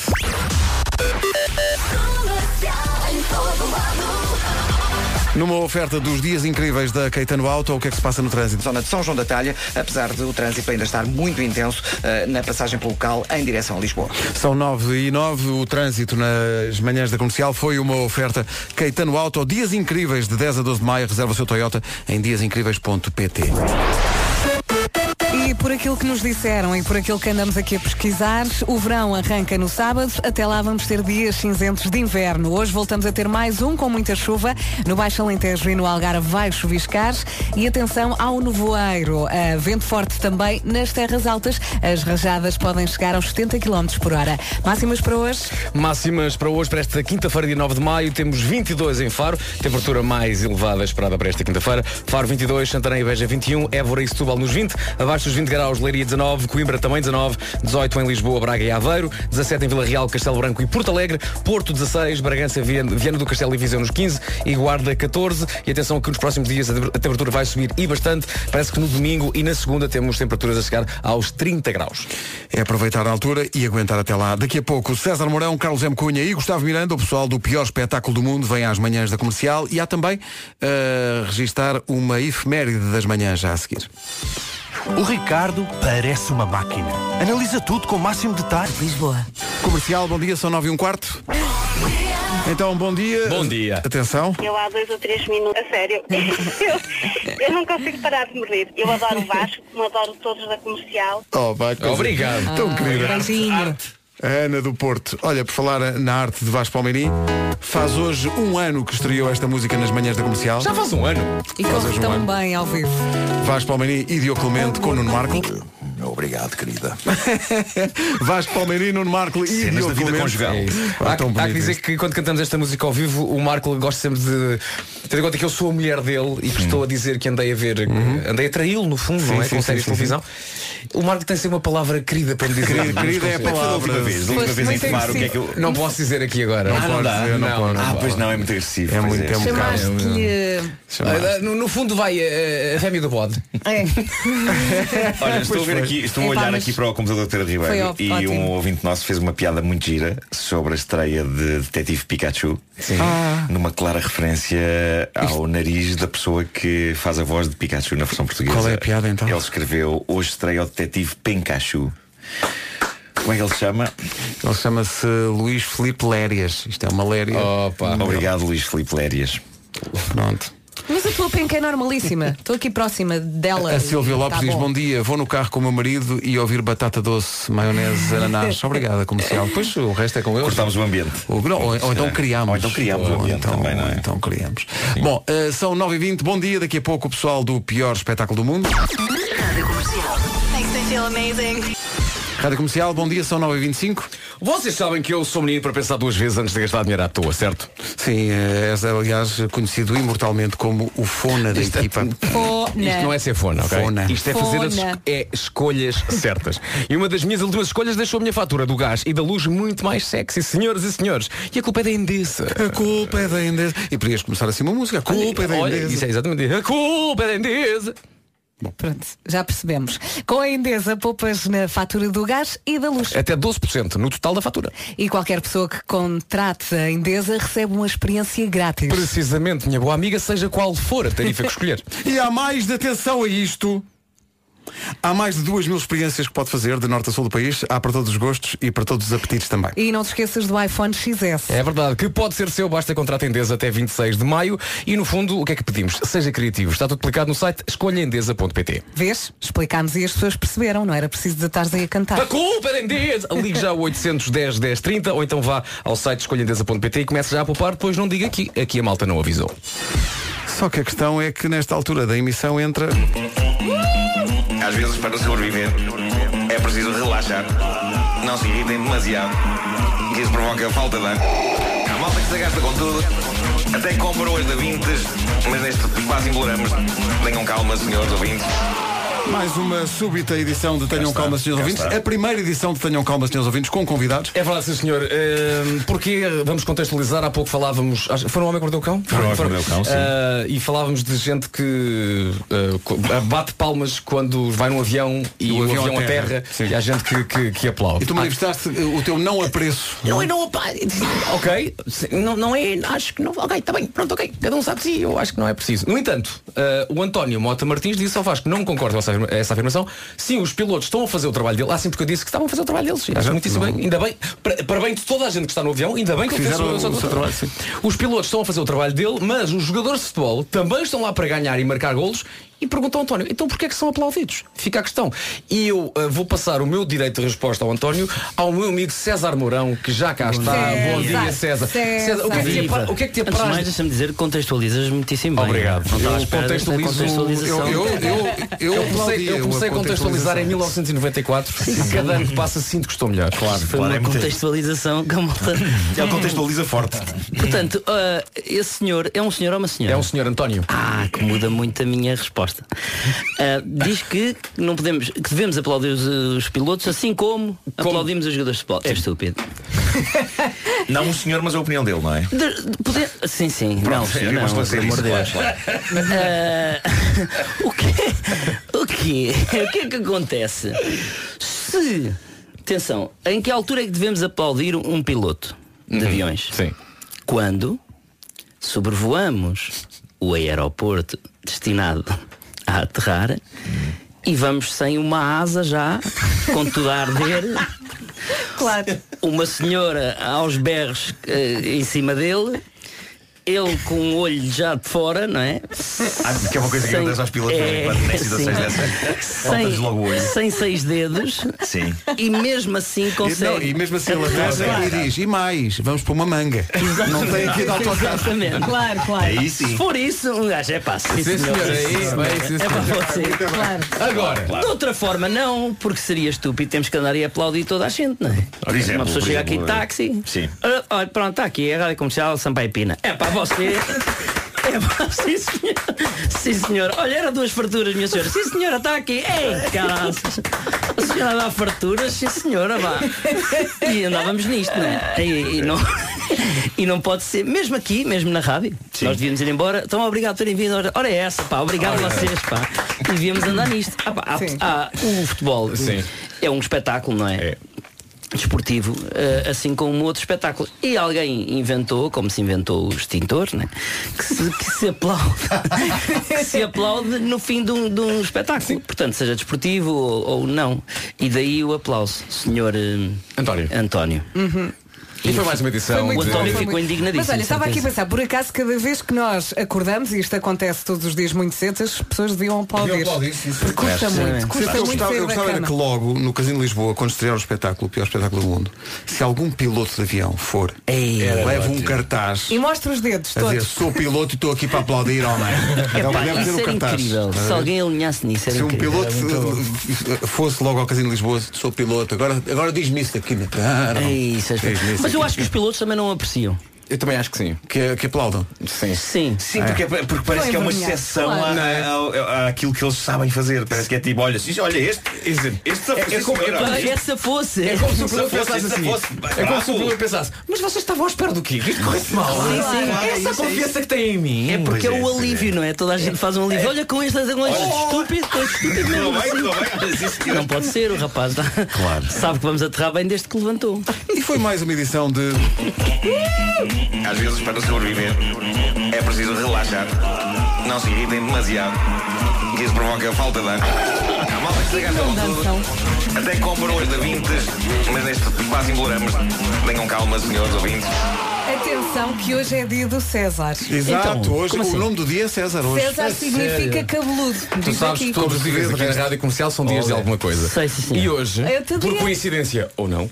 Numa oferta dos dias incríveis da Caetano Auto, o que é que se passa no trânsito? Zona de São João da Talha, apesar do trânsito ainda estar muito intenso eh, na passagem pelo local em direção a Lisboa. São 9 e 9, o trânsito nas manhãs da comercial foi uma oferta Caetano Auto, dias incríveis de 10 a 12 de maio, reserva o seu Toyota em diasincríveis.pt. E por aquilo que nos disseram e por aquilo que andamos aqui a pesquisar, o verão arranca no sábado, até lá vamos ter dias cinzentos de inverno. Hoje voltamos a ter mais um com muita chuva. No Baixo Alentejo e no Algarve vai chuviscar. E atenção ao nevoeiro. Ah, vento forte também nas terras altas. As rajadas podem chegar aos 70 km por hora. Máximas para hoje? Máximas para hoje, para esta quinta-feira, dia 9 de maio, temos 22 em Faro, temperatura mais elevada esperada para esta quinta-feira. Faro 22, Santarém e Beja 21, Évora e Setúbal nos 20, abaixo dos 20 graus, Leiria 19, Coimbra também 19, 18 em Lisboa, Braga e Aveiro, 17 em Vila Real, Castelo Branco e Porto Alegre, Porto 16, Bragança, Viana, Viana do Castelo e Viseu nos 15 e Guarda 14. E atenção que nos próximos dias a te- a temperatura vai subir e bastante. Parece que no domingo e na segunda temos temperaturas a chegar aos 30 graus. É aproveitar a altura e aguentar até lá. Daqui a pouco, César Mourão, Carlos M. Cunha e Gustavo Miranda, o pessoal do pior espetáculo do mundo, vem às manhãs da comercial e há também a registar uma efeméride das manhãs já a seguir. O Ricardo parece uma máquina. Analisa tudo com o máximo detalhe. Lisboa. Comercial, bom dia, são 9 e um quarto. Então, bom dia. Bom dia. Atenção. Eu há dois ou três minutos, a sério, eu, eu não consigo parar de me rir. Eu adoro o Vasco, como adoro todos da comercial. Oh, vai, coisa- Obrigado. Tão Ah, querida. A Ana do Porto. Olha, por falar na arte de Vasco Palmeirim, faz hoje um ano que estreou esta música nas manhãs da comercial. Já faz um ano. E Faz corre hoje um tão ano. bem ao vivo. Vasco Palmeirim e Diogo Clemente com Nuno Marco. Obrigado, querida. Vasco Palmeirim, Nuno Marco e Cenas Diogo da vida Clemente. conjugal. É isso. Há, Pá, tão há que bonito dizer isto. que quando cantamos esta música ao vivo, o Marco gosta sempre de. Tendo em conta que eu sou a mulher dele e que estou a dizer que andei a ver, andei a traí-lo no fundo, Sim, não é? Com sim, sim, séries de sim, televisão. O Marco tem sempre uma palavra querida para lhe dizer. Querida- Mas querida é a como se fosse- palavra. Da última vez, da última Foste vez muito informar o que é que agressivo. eu- Não posso dizer aqui agora. Ah, não dá. Não, Não, não ah, posso. pois não, eh, é muito agressivo. É pois muito, é. é um bocado. Chamaste-lhe. Ah, No, no fundo vai eh, a fêmea do bode. É. Olha, estou a Pois ver foi. aqui, estou a Epá, olhar mas- aqui para o computador de Pedro Foi Ribeiro ó- e ótimo. um ouvinte nosso fez uma piada muito gira sobre a estreia de Detetive Pikachu. Ah. Numa clara referência ao nariz da pessoa que faz a voz de Pikachu na versão portuguesa. Qual é a piada, então? Ele escreveu hoje estreia o Detetive Pencachu. Como é que ele se chama? Ele chama-se Luís Filipe Lérias. Isto é uma Léria. Obrigado, Luís Filipe Lérias. Pronto. Mas a tua penca é normalíssima. Estou aqui próxima dela. A Silvia Lopes Tá diz bom. bom dia, vou no carro com o meu marido e ouvir batata doce, maionese, ananás. Obrigada, comercial. Pois o resto é com eles. Cortámos o ambiente. Ou, não, ou- ou então Será? criámos. Ou então criámos o Ou ambiente então- também, não é? Então criámos. Bom, eh, são 9h20, bom dia. Daqui a pouco o pessoal do pior espetáculo do mundo. Rádio Comercial. Makes me feel amazing. Rádio Comercial, bom dia, são 9h25. Vocês sabem que eu sou menino para pensar duas vezes antes de gastar dinheiro à toa, certo? Sim, eh, és aliás conhecido imortalmente como o Fona da equipa. Fona. Isto é não assim. é ser fona, ok? Fona. Isto é fazer as Fona. é escolhas certas. E uma das minhas últimas escolhas deixou a minha fatura do gás e da luz muito mais sexy, senhoras e senhores. E a culpa é da Endesa. A culpa é da Endesa. E podias começar assim uma música. A culpa é da Olha, Endesa. Isso é exatamente. A culpa é da Endesa. Pronto, já percebemos. Com a Endesa, poupas na fatura do gás e da luz. Até 12% no total da fatura. E qualquer pessoa que contrate a Endesa recebe uma experiência grátis. Precisamente, minha boa amiga, seja qual for a tarifa que escolher. E há mais de atenção a isto. Há mais de duas mil experiências que pode fazer de norte a sul do país. Há para todos os gostos e para todos os apetites também. E não te esqueças do iPhone XS. É verdade, que pode ser seu, basta contratar a Endesa até 26 de maio e no fundo o que é que pedimos? Seja criativo, está tudo explicado no site escolhaendesa.pt Vês? Explicámos e as pessoas perceberam, não era preciso de estares aí a cantar. A culpa é da Endesa! Ligue já ao 810 10 30 ou então vá ao site escolhaendesa.pt e comece já a poupar, depois não diga aqui, aqui a malta não avisou. Só que a questão é que nesta altura da emissão entra. Às vezes, para sobreviver, é preciso relaxar. Não se irritem demasiado, que isso provoca falta de ar. Há malta que se gasta com tudo. Até compram hoje da Vintes, mas neste quase imploramos. Tenham calma, senhores ouvintes. Mais uma súbita edição de Tenham está, Calma, Senhores cá Ouvintes. está. A primeira edição de Tenham Calma, Senhores Ouvintes, com convidados. É verdade, sim senhor. Ehm, porque vamos contextualizar, há pouco falávamos. acho- Foi no Homem que Mordeu o Cão? Foi no Homem que Mordeu o Cão, sim. Ah, e falávamos de gente que ah, co- bate palmas quando vai num avião e o, avião, aterra. e há gente que, que, que aplaude. Ah. Ah, E tu manifestaste eh, o teu não apreço. Não, eu não, opa, ok, não, não é, acho que não, ok, Tá está bem, pronto, ok, cada um sabe de si, eu acho que não é preciso. Preciso. No entanto, ah, o António Mota Martins disse ao Vasco, não concordo com essa, afirma- essa afirmação. Sim, os pilotos estão a fazer o trabalho deles. Ah, sim, porque eu disse que estavam a fazer o trabalho deles. Acho muitíssimo bem. Ainda bem, para- parabéns de toda a gente que está no avião, ainda bem que, Que ele fez fizeram o, seu o seu trabalho. trabalho, sim. Os pilotos estão a fazer o trabalho dele, mas os jogadores de futebol também estão lá para ganhar e marcar golos. E perguntam ao António, então porquê é que são aplaudidos? Fica a questão. E eu ah, vou passar o meu direito de resposta ao António, ao meu amigo César Mourão, que já cá está. Bom dia, César. César, o que é que te Viva. apra- o que é que te Antes de apraz mais, deixa-me dizer que contextualizas muitíssimo bem. Obrigado. Não estava à Eu espera desta contextualizo. contextualização. Eu, eu, eu, eu, Eu comecei, eu aplaudia comecei a a contextualizar em 1994 e cada ano que passa sinto que estou melhor. Claro, Foi uma contextualização que a malta... Ele contextualiza forte. Portanto, ah, esse senhor é um senhor ou uma senhora? É um senhor António. Ah, que muda muito a minha resposta. Ah, diz que não podemos, que devemos aplaudir os, os pilotos assim como, aplaudimos os jogadores de futebol. É estúpido. Não o senhor, mas a opinião dele, não é? De- de poder- Sim, sim. Pronto, é, não, sim, sim, eu não, gosto de pelo ser amor isso, de Deus. claro, Ah, o, que, o, que, o que é que acontece? Se. Atenção, em que altura é que devemos aplaudir um piloto de aviões? Sim. Quando sobrevoamos o aeroporto destinado a aterrar e vamos sem uma asa já, com tudo a arder. Claro. Uma senhora aos berros eh, em cima dele. Ele com o olho já de fora, não é? Ah, que é uma coisa que Sem- acontece aos pilotos, é, quando nesses sim. ações dessas, faltas logo o olho. sem seis dedos. Sim. E mesmo assim consegue. E, não, e mesmo assim ele Claro. aterra e diz, e mais, vamos para uma manga. Não tem aqui de autocarro. Exatamente. Claro, claro. Aí sim. Se for isso, um gajo é pá, sim, Sim, senhor. senhor, é Sim, isso, senhor. é isso, É senhor. para você. Claro. Agora. De outra forma, não, porque seria estúpido. Temos que andar e aplaudir toda a gente, não é? Por exemplo, Uma pessoa por chega aqui tá- Ah, exemplo, de táxi. Sim. tá Olha, olha, pronto, está aqui, é a Rádio Comercial Sampaio Pina. É para você. É pá, sim senhor. Sim senhor. Olha, era duas farturas, minha senhora. Sim senhora, está aqui. Ei, caraças. A senhora dá farturas, sim senhora, vá. E andávamos nisto, não é? E, e não, e não pode ser, mesmo aqui, mesmo na rádio, nós devíamos ir embora. Então obrigado por terem vindo. Ora, ora é essa, pá, obrigado a Ora. vocês, pá. E devíamos andar nisto. Ah, pá, há- há- o futebol Sim. é um espetáculo, não é? Desportivo, eh, assim como outro espetáculo. E alguém inventou, como se inventou o extintor, né? que, se, que se aplaude que se aplaude no fim de um, de um espetáculo. Portanto, seja desportivo ou, ou não. E daí o aplauso, senhor António. António. Uhum. E foi mais uma edição. Foi muito o António bom, foi ficou muito- indignadíssimo. Mas olha, estava aqui a certeza. pensar, por acaso cada vez que nós acordamos, e isto acontece todos os dias muito cedo, as pessoas deviam aplaudir. Porque Custa é? muito, custa muito eu gostava, sair eu da gostava era cama. que logo, no Casino de Lisboa, quando estrear o espetáculo, o pior espetáculo do mundo, se algum piloto de avião for, É. era leva um ótimo. cartaz E mostra os dedos a dizer, todos. sou piloto e estou aqui para aplaudir, homem. Epá, Então, deve ter isso um era cartaz. incrível. Estás a Se ver? alguém alinhasse nisso, era Se um incrível. piloto Era muito bom. eh, fosse logo ao Casino de Lisboa, sou piloto, agora, agora diz-me isso aqui na cara. É isso, é Diz-me isso Mas eu aqui. acho que os pilotos também não apreciam. Eu também acho que sim. Que, que aplaudam. Sim. Sim. Sim, porque, é- porque parece que é uma exceção à- ao- ao- àquilo que eles sabem fazer. Parece que é tipo, olha, sim, olha este, este, este É como- é como- é se fosse. É como se o piloto Se fosse, pensasse se assim. fosse, É como se o bravo. piloto pensasse, mas vocês estavam à espera do quê? Que Isto correu mal. Sim, sim. Essa É isso, é confiança isso. que tem em mim. É porque é o alívio, não é? Toda a gente faz um alívio. Olha com este, com este estúpido, com este estúpido mesmo. Não vai, não vai, assim. Não pode ser, o rapaz dá- sabe que vamos aterrar bem desde que levantou. E foi mais uma edição de. Às vezes, para sobreviver, é preciso relaxar. Não se irritem demasiado. que Isso provoca falta de ar. A malta que se gasta com tudo. Até compram hoje da Vintes, mas neste quase embolamos. Tenham calma, senhores ouvintes. Atenção que hoje é dia do César. Exato, Então, hoje o assim? nome do dia é César hoje. César significa cabeludo. assim? Tu Diz sabes aqui. que todos os dias aqui na rádio comercial são dias de alguma coisa. E hoje, Eu te por digo. coincidência ou não,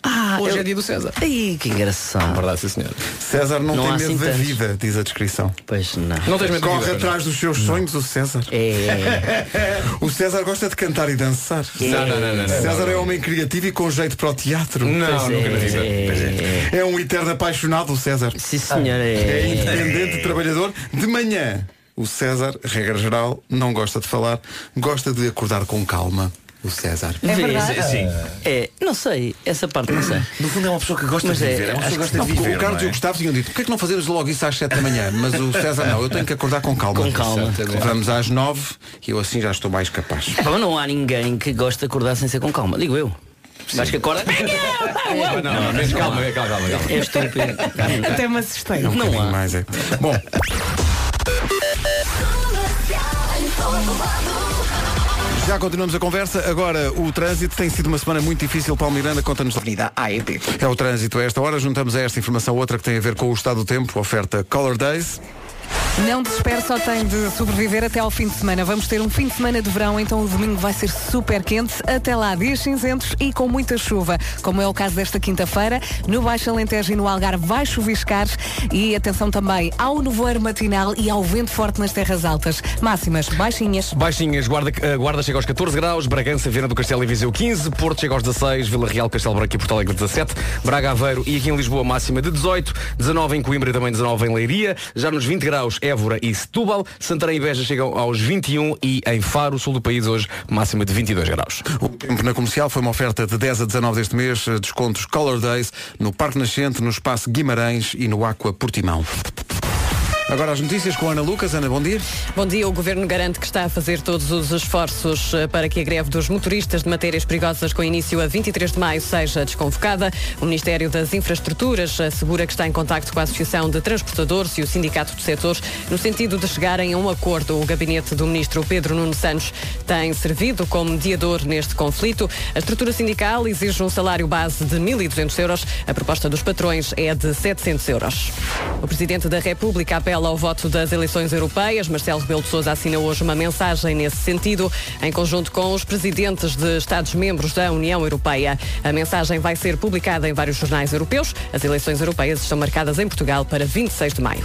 Ah, hoje é dia do César. Ai, que engraçado. Verdade, sim, senhor. César não, Não há tem medo assim da tantos. vida, diz a descrição. Pois não. Não tens medo da Corre vida, atrás dos seus sonhos, o César. É. o César gosta de cantar e dançar. Não, não, não, não, César não, não. é homem criativo e com jeito para o teatro. Não, Pois nunca na é, vida. pois É. é um eterno apaixonado, o César. Sim, senhor. É É. independente, trabalhador. De manhã, o César, regra geral, não gosta de falar, gosta de acordar com calma. O César. Vê. É, não sei, essa parte não sei. No fundo é uma pessoa que gosta Mas de é, viver. É uma acho pessoa que que gosta Não, de viver. o Carlos não e é? o Gustavo tinham dito, porquê é que não fazemos logo isso às 7 da manhã? Mas o César não, eu tenho que acordar com calma. Com calma. Vamos às 9 e eu assim já estou mais capaz. Pá, mas não há ninguém que goste de acordar sem ser com calma, digo eu. Acho que acorda. É Ah, Não, não, mas calma, calma, calma, calma. É estúpido. Até me assustei. É um bocadinho mais, é. Bom, já continuamos a conversa. Agora, o trânsito tem sido uma semana muito difícil. Paulo Miranda, conta-nos. Avenida AEP. É o trânsito a esta hora. Juntamos a esta informação outra que tem a ver com o estado do tempo. Oferta Color Days. Não desespero, só tem de sobreviver até ao fim de semana. Vamos ter um fim de semana de verão, então o domingo vai ser super quente. Até lá, dias cinzentos e com muita chuva, como é o caso desta quinta-feira. No Baixo Alentejo e no Algarve vai chuviscar e atenção também ao nevoeiro matinal e ao vento forte nas terras altas. Máximas baixinhas. É Baixinhas, guarda, eh, guarda chega aos 14 graus, Bragança, Viana do Castelo e Viseu 15, Porto chega aos 16, Vila Real, Castelo Branco e Porto Alegre 17, Braga, Aveiro e aqui em Lisboa máxima de 18, 19 em Coimbra e também 19 em Leiria, já nos 20 graus Évora e Setúbal, Santarém e Beja chegam aos 21 e em Faro, sul do país hoje máxima de 22 graus. O tempo na comercial foi uma oferta de 10 a 19 deste mês. Descontos Color Days no Parque Nascente, no Espaço Guimarães e no Aqua Portimão. Agora as notícias com a Ana Lucas. Ana, bom dia. Bom dia. O Governo garante que está a fazer todos os esforços eh, para que a greve dos motoristas de matérias perigosas com início a 23 de maio seja desconvocada. O Ministério das Infraestruturas assegura que está em contacto com a Associação de Transportadores e o Sindicato dos Setores no sentido de chegarem a um acordo. O gabinete do ministro Pedro Nuno Santos tem servido como mediador neste conflito. A estrutura sindical exige um salário base de 1.200 euros. A proposta dos patrões é de 700 euros. O Presidente da República apela ao voto das eleições europeias. Marcelo Rebelo de Sousa assina hoje uma mensagem nesse sentido, em conjunto com os presidentes de Estados-membros da União Europeia. A mensagem vai ser publicada em vários jornais europeus. As eleições europeias estão marcadas em Portugal para 26 de maio.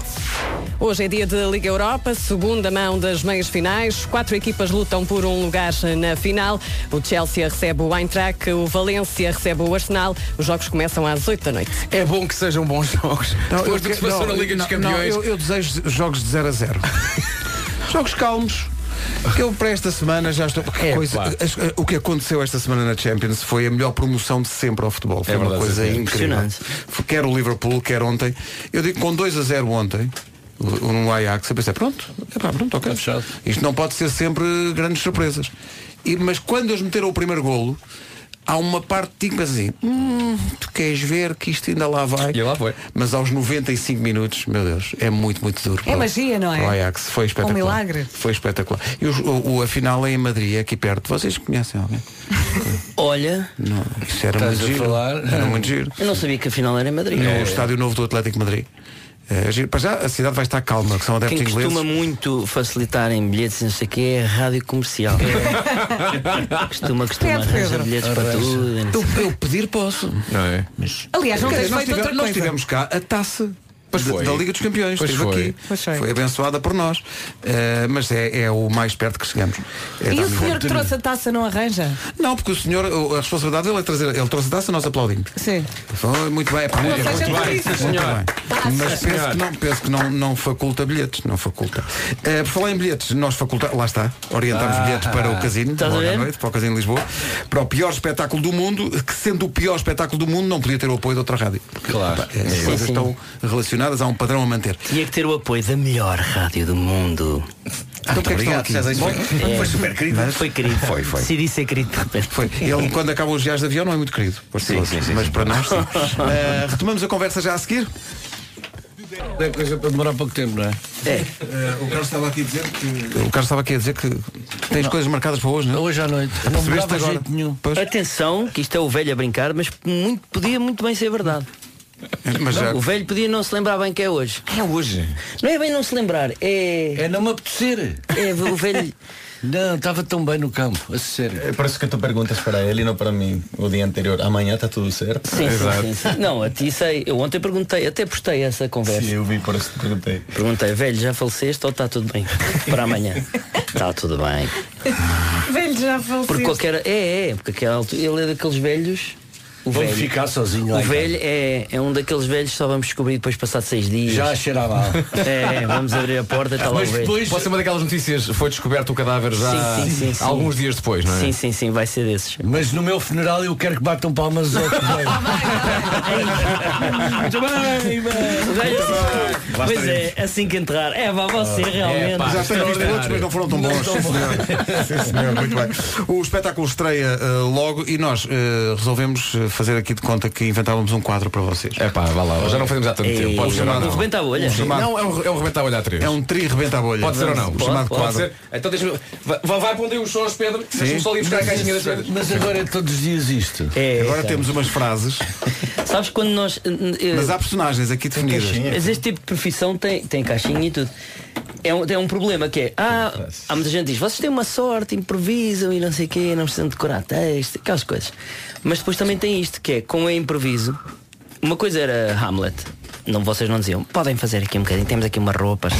Hoje é dia de Liga Europa, segunda mão das meias finais. Quatro equipas lutam por um lugar na final. O Chelsea recebe o Eintracht, o Valência recebe o Arsenal. Os jogos começam às 8 da noite. É bom que sejam bons jogos. Depois do que se passou na Liga dos Campeões, mais jogos de 0 a 0. jogos calmos. Que eu para esta semana já estou. Que É, coisa- as- eh, o que aconteceu esta semana na Champions foi a melhor promoção de sempre ao futebol. Foi É uma verdade, coisa sim, sim. incrível. Impressionante. Foi- Quer o Liverpool, quer ontem. Eu digo com 2 a 0 ontem. No Ajax, eu pensei, pronto, epá, pronto, ok. Isto não pode ser sempre grandes surpresas. E, mas quando eles meteram o primeiro golo, há uma parte de ti que pensa assim, hum, tu queres ver que isto ainda lá vai. E lá foi. Mas aos 95 minutos, meu Deus, é muito, muito duro. É Pô. magia, não é? O Ajax foi espetacular. Um milagre. Foi espetacular. E os- o, o, a final é em Madrid, é aqui perto. Vocês conhecem alguém? Olha, Não, isso era Estás muito a giro. falar? Era muito giro. É, eu não sabia que afinal era em Madrid. No Estádio Novo do Atlético de Madrid. É, giro. Para já a cidade vai estar calma, que são adeptos Quem ingleses. costuma muito facilitar em bilhetes e não sei o que é a rádio comercial. costuma, costuma é Pede, Pedro. arranjar bilhetes para É. Arranja. tudo. e não sei o quê. Eu, eu pedir posso. Não é? Mas... Aliás, não Quer tens dizer, nós, feito outra nós coisa. tivemos cá a taça. de- foi. Da Liga dos Campeões, Pois esteve foi. aqui. Pois foi. Foi abençoada por nós. Eh, mas é, é o mais perto que chegamos. É E dar o senhor muito- que trouxe a taça não arranja? Não, porque o senhor, o- a responsabilidade dele é trazer. Ele trouxe a taça, nós aplaudimos. Sim. Foi muito bem, é Não muito, seja por bem. isso. Muito Senhor. bem. Taça. Mas penso que, não, penso que não, não faculta bilhetes, não faculta. Eh, por falar em bilhetes, nós facultamos, lá está, orientámos Ah. bilhetes para o casino, Estás a logo à ver? noite, para o casino de Lisboa, para o pior espetáculo do mundo, que sendo o pior espetáculo do mundo, não podia ter o apoio de outra rádio. Claro. as Sim, É, coisas sim. É, estão relacionadas, há um padrão a manter. Tinha é que ter o apoio da melhor rádio do mundo. É. Então, o que é que estão aqui? Bom, foi super querido. Foi querido. Foi, foi. Decidi ser querido de repente. Foi. Ele, quando acaba os viagens de avião, não é muito querido. para as pessoas, mas para nós, sim. Eh, retomamos a conversa já a seguir. É coisa para demorar pouco tempo, não é? É. o Carlos estava aqui a dizer é que. O Carlos estava aqui a dizer que tens Não. coisas marcadas para hoje, não é? Hoje à noite. Não me Percebeste dava agora? jeito nenhum. Atenção, que isto é o velho a brincar, mas muito- podia muito bem ser verdade. Mas já- O velho podia não se lembrar bem que é hoje. É hoje. Não é bem não se lembrar, é. É não me apetecer. É o velho. Não, estava tão bem no campo, a sério. É por isso que tu perguntas para ele e não para mim o dia anterior. Amanhã está tudo certo? Sim, sim, sim, sim. Não, a ti sei. Eu ontem perguntei, até postei essa conversa. Sim, eu vi, por isso que perguntei. Perguntei, velho, já faleceste ou está tudo bem? Para amanhã. Está tudo bem. Velho já assim, Porque faleceu. qualquer. É, é, porque aquela altura, ele é daqueles velhos. O Vem velho, ficar sozinho lá O em casa. velho é, é um daqueles velhos que só vamos descobrir depois passado seis dias. Já cheirava a álcool. É, vamos abrir a porta e está lá o Mas velho. depois pode ser uma daquelas notícias, foi descoberto o cadáver já Sim, sim, sim, sim. alguns dias depois, não é? Sim, sim, sim, vai ser desses. Mas no meu funeral eu quero que batam palmas ao que Muito bem, assim Pois é, assim que entrar. É, vá você realmente. Já tenho visto outros, mas não foram tão bons. Sim, senhor. Sim, senhor, muito bem. O espetáculo estreia eh, logo e nós eh, resolvemos eh, fazer aqui de conta que inventávamos um quadro para vocês. É pá, vá lá, já não fazemos há É É tanto tempo. Pode ser ou não. Um chamado- Não, é um, é um rebenta a bolha a três. É um tri rebenta a bolha. Pode ser ou não? O chamado Pode quadro. ser. Então deixa-me. Vai, vai para onde eu os sons, Pedro. Sim. Deixa-me só ali buscar a caixinha das pedras. Mas agora é todos os dias isto. É, Agora então. temos umas frases. Sabes quando nós. Mas há personagens aqui definidas. Mas este tipo de profissão tem, tem caixinha e tudo. É um, tem um problema que é, ah, há muita gente que diz, vocês têm uma sorte, improvisam e não sei o quê, não precisam decorar texto, aquelas coisas. Mas depois também tem isto, que é, com é improviso, uma coisa era Hamlet, não, vocês não diziam, podem fazer aqui um bocadinho, temos aqui umas roupas.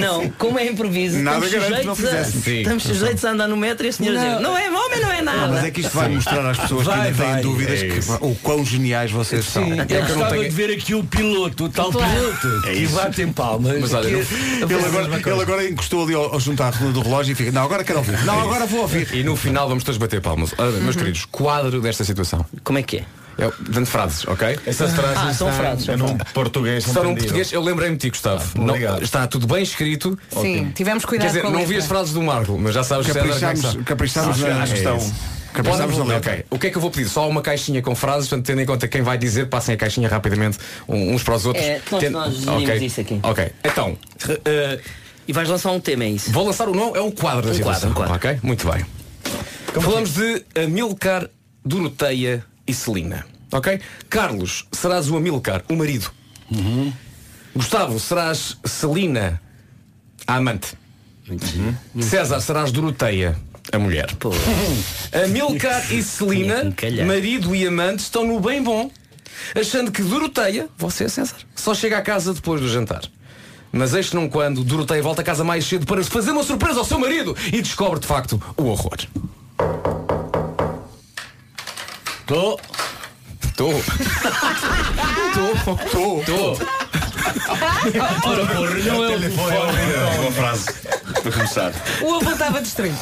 não, como é improviso, Nada estamos sujeitos, garante que não a, fizesse. Sim. estamos sujeitos a andar no metro e a senhora Não. dizer, não é homem, não é nada. Mas é que isto vai mostrar às pessoas que Vai, ainda têm vai. dúvidas É que- isso. o quão geniais vocês são. Sim, É que eu eu não gostava tenho- de ver aqui o piloto, o tal Claro. piloto. É e isso. batem palmas. Mas olha, Que- não- ele, agora, ele agora encostou ali ao, ao juntar a coluna do relógio e fica, não, agora quero ouvir. Não, agora vou ouvir. E no final vamos todos bater palmas. Ora, Meus queridos, quadro desta situação. Como é que é? É, dando frases, ok? Essas frases Ah, são estão frases, são em um frases. português Só entendido. num Ah, português, eu lembrei-me de ti, Gustavo. Não- está tudo bem escrito. Sim, tivemos cuidado Quer dizer, com a não letra. vi as frases do Marco, mas já sabes Caprichámos- que é caprichámos na- acho que é estão. isso. Caprichámos Podem- na letra. ok. O que é que eu vou pedir? Só uma caixinha com frases, portanto, tendo em conta quem vai dizer, passem a caixinha rapidamente um- uns para os outros. É, nós- Ten- nós definimos ok. isso aqui. Ok. Então. e vais lançar um tema, é isso? Vou lançar o nome, é Um o quadro da quadro, situação. um quadro. Ok? Muito bem. Falamos de Amilcar, Doroteia e Celina. Ok? Carlos, serás o Amilcar, o marido. Gustavo, serás Celina, a amante. Uhum. César, serás Doroteia, a mulher. Amilcar e um Celina, marido e amante, estão no bem bom, achando que Doroteia, você, é César, só chega à casa depois do jantar. Mas eis que não quando, Doroteia volta a casa mais cedo para fazer uma surpresa ao seu marido e descobre de facto o horror. Tô. Tô. Tô. Tô. Tô. Ora, porra, não é o telefone. Boa frase para começar. O avô estava distraído.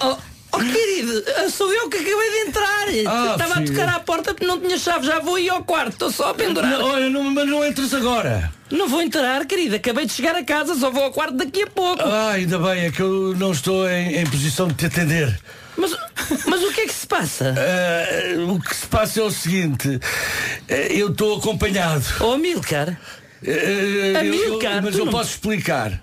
Oh, oh, querido, sou eu que acabei de entrar. Ah, Estava a filho. tocar à porta porque não tinha chave. Já vou ir ao quarto. Estou só a pendurar. Não, olha, não, mas não entres agora. Não vou entrar, querido. Acabei de chegar a casa. Só vou ao quarto daqui a pouco. Ah, ainda bem, é que eu não estou em, em posição de te atender. Mas, mas o que é que se passa? o que se passa é o seguinte, eh, eu estou acompanhado. Oh, Amilcar. Amilcar, mas tu eu não- posso explicar.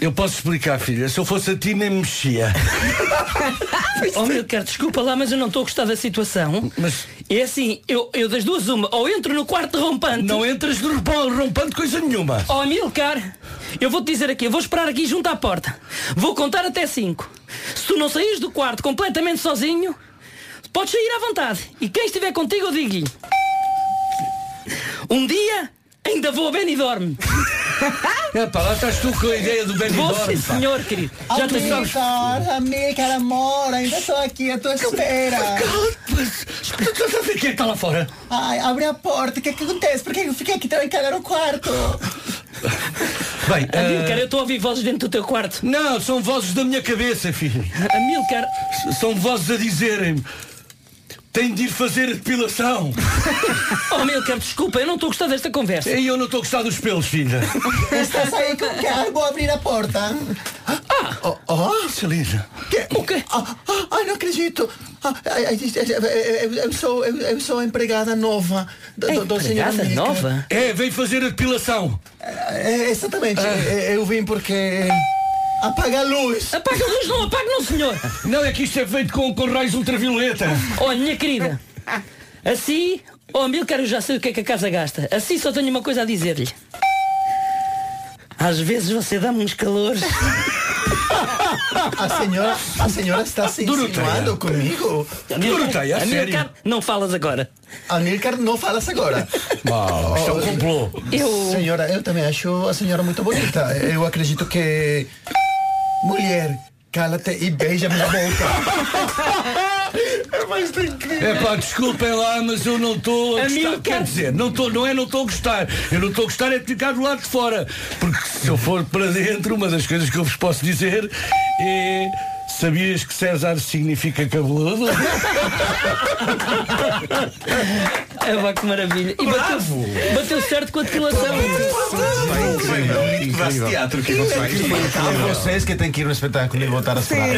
Eu posso explicar, filha. Se eu fosse a ti, nem mexia. Oh meu caro, desculpa lá, mas eu não estou a gostar da situação. Mas é assim, eu, eu das duas uma, ou entro no quarto rompante. Não entras no rompante coisa nenhuma. Oh Amilcar, eu vou-te dizer aqui, eu vou esperar aqui junto à porta. Vou contar até cinco. Se tu não saís do quarto completamente sozinho, podes sair à vontade. E quem estiver contigo, eu digo-lhe. Um dia ainda vou a Benidorm. É pá, lá estás tu com a ideia do Benidorm. Vou sim, pá. senhor, querido. um Já te sabes. amiga, amor, ainda estou aqui à tua espera. Oh Escuta, quem está lá fora? Ai, abre a porta, o que é que acontece? Por que eu fiquei aqui trancada no quarto? Bem, Amilcar, eu estou a ouvir vozes dentro do teu quarto. Não, são vozes da minha cabeça, filho. Amilcar. São vozes a dizerem-me. Tenho de ir fazer a depilação. oh, Amilcar, desculpa, eu não estou a gostar desta conversa. E eu não estou a gostar dos pelos, filha. Está a sair com o carro, vou abrir a porta. Oh, oh Celina. Que? O quê? Ah, ah, ai, não acredito. Ah, ai, ai, eu, eu- eu sou, eu, eu sou a empregada nova do, do- do senhor empregada América. nova? É, vem fazer a depilação. É, exatamente. Ah. É, Eu vim porque... Apaga a luz. Apaga a luz, não apaga não, senhor. Não, é que isto é feito com, com raios ultravioleta. Olha, minha querida, assim, oh Amilcar, eu já sei o que é que a casa gasta. Assim só tenho uma coisa a dizer-lhe. Às vezes você dá-me uns calores. A senhora, a senhora está se Doroteia. insinuando comigo? Amilcar, é Amilcar, não falas agora. Amilcar, não falas agora. Uau, isto é um Oh, complô. Eu- Senhora, eu também acho a senhora muito bonita. Eu acredito que... Mulher, cala-te e beija-me na boca. é mais incrível. É pá, desculpem lá, mas eu não estou a gostar. Quer dizer, não, tô, não é não estou a gostar. Eu não estou a gostar é de ficar do lado de fora. Porque se eu for para dentro, uma das coisas que eu vos posso dizer é. Sabias que César significa cabeludo? É vá, que maravilha. E bateu, bateu certo com a depilação. teatro que Incrível. É vocês que têm que ir no espetáculo e voltar a é. esperar.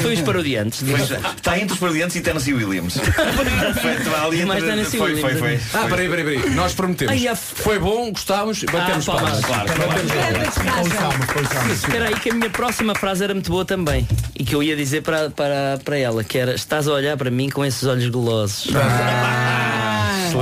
Foi os parodiantes. Está entre os parodiantes e Tennessee Williams. Foi, está ali Mais entre- Tennessee foi, foi, Williams. Ah, foi. Foi. peraí, peraí, peraí. Nós prometemos. Ai, a- Foi bom, gostámos, batemos Ah, palmas. palmas. Batemos palmas. Espera aí que a minha próxima frase era muito boa também E que eu ia dizer para, para, para ela Que era, estás a olhar para mim com esses olhos gulosos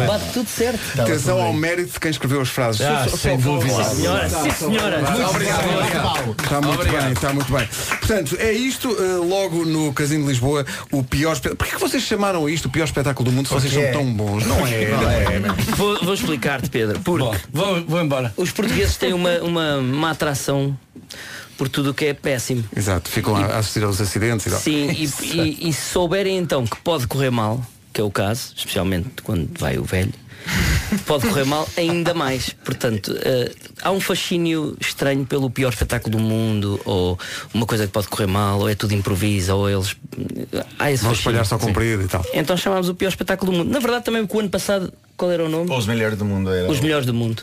Bate tudo certo Atenção ao mérito de quem escreveu as frases. Ah, Só- só- sem só- dúvida. Claro. Sim, senhora. Sim, senhora. Claro. Muito Obrigado, bem. obrigado. Está muito bem, está muito bem. Portanto, é isto, eh, logo no Casino de Lisboa, o pior espetáculo. Porquê que vocês chamaram isto o pior espetáculo do mundo se vocês Porque são é. tão bons? Não é? Não é. Vou, vou explicar-te Pedro Porque vou, embora Os portugueses têm uma, uma, uma atração Por tudo o que é péssimo Exato, ficam a a assistir aos acidentes e tal. Sim, e, e, e se souberem então que pode correr mal, que é o caso, especialmente quando vai o velho, pode correr mal ainda mais. Portanto, eh, há um fascínio estranho pelo pior espetáculo do mundo, ou uma coisa que pode correr mal, ou é tudo improvisa, ou eles. eh, Há esse fascínio. Vão espalhar só comprido e tal. Então chamámos o pior espetáculo do mundo. Na verdade, também porque o ano passado, qual era o nome? Os melhores do mundo era. Os melhores do mundo.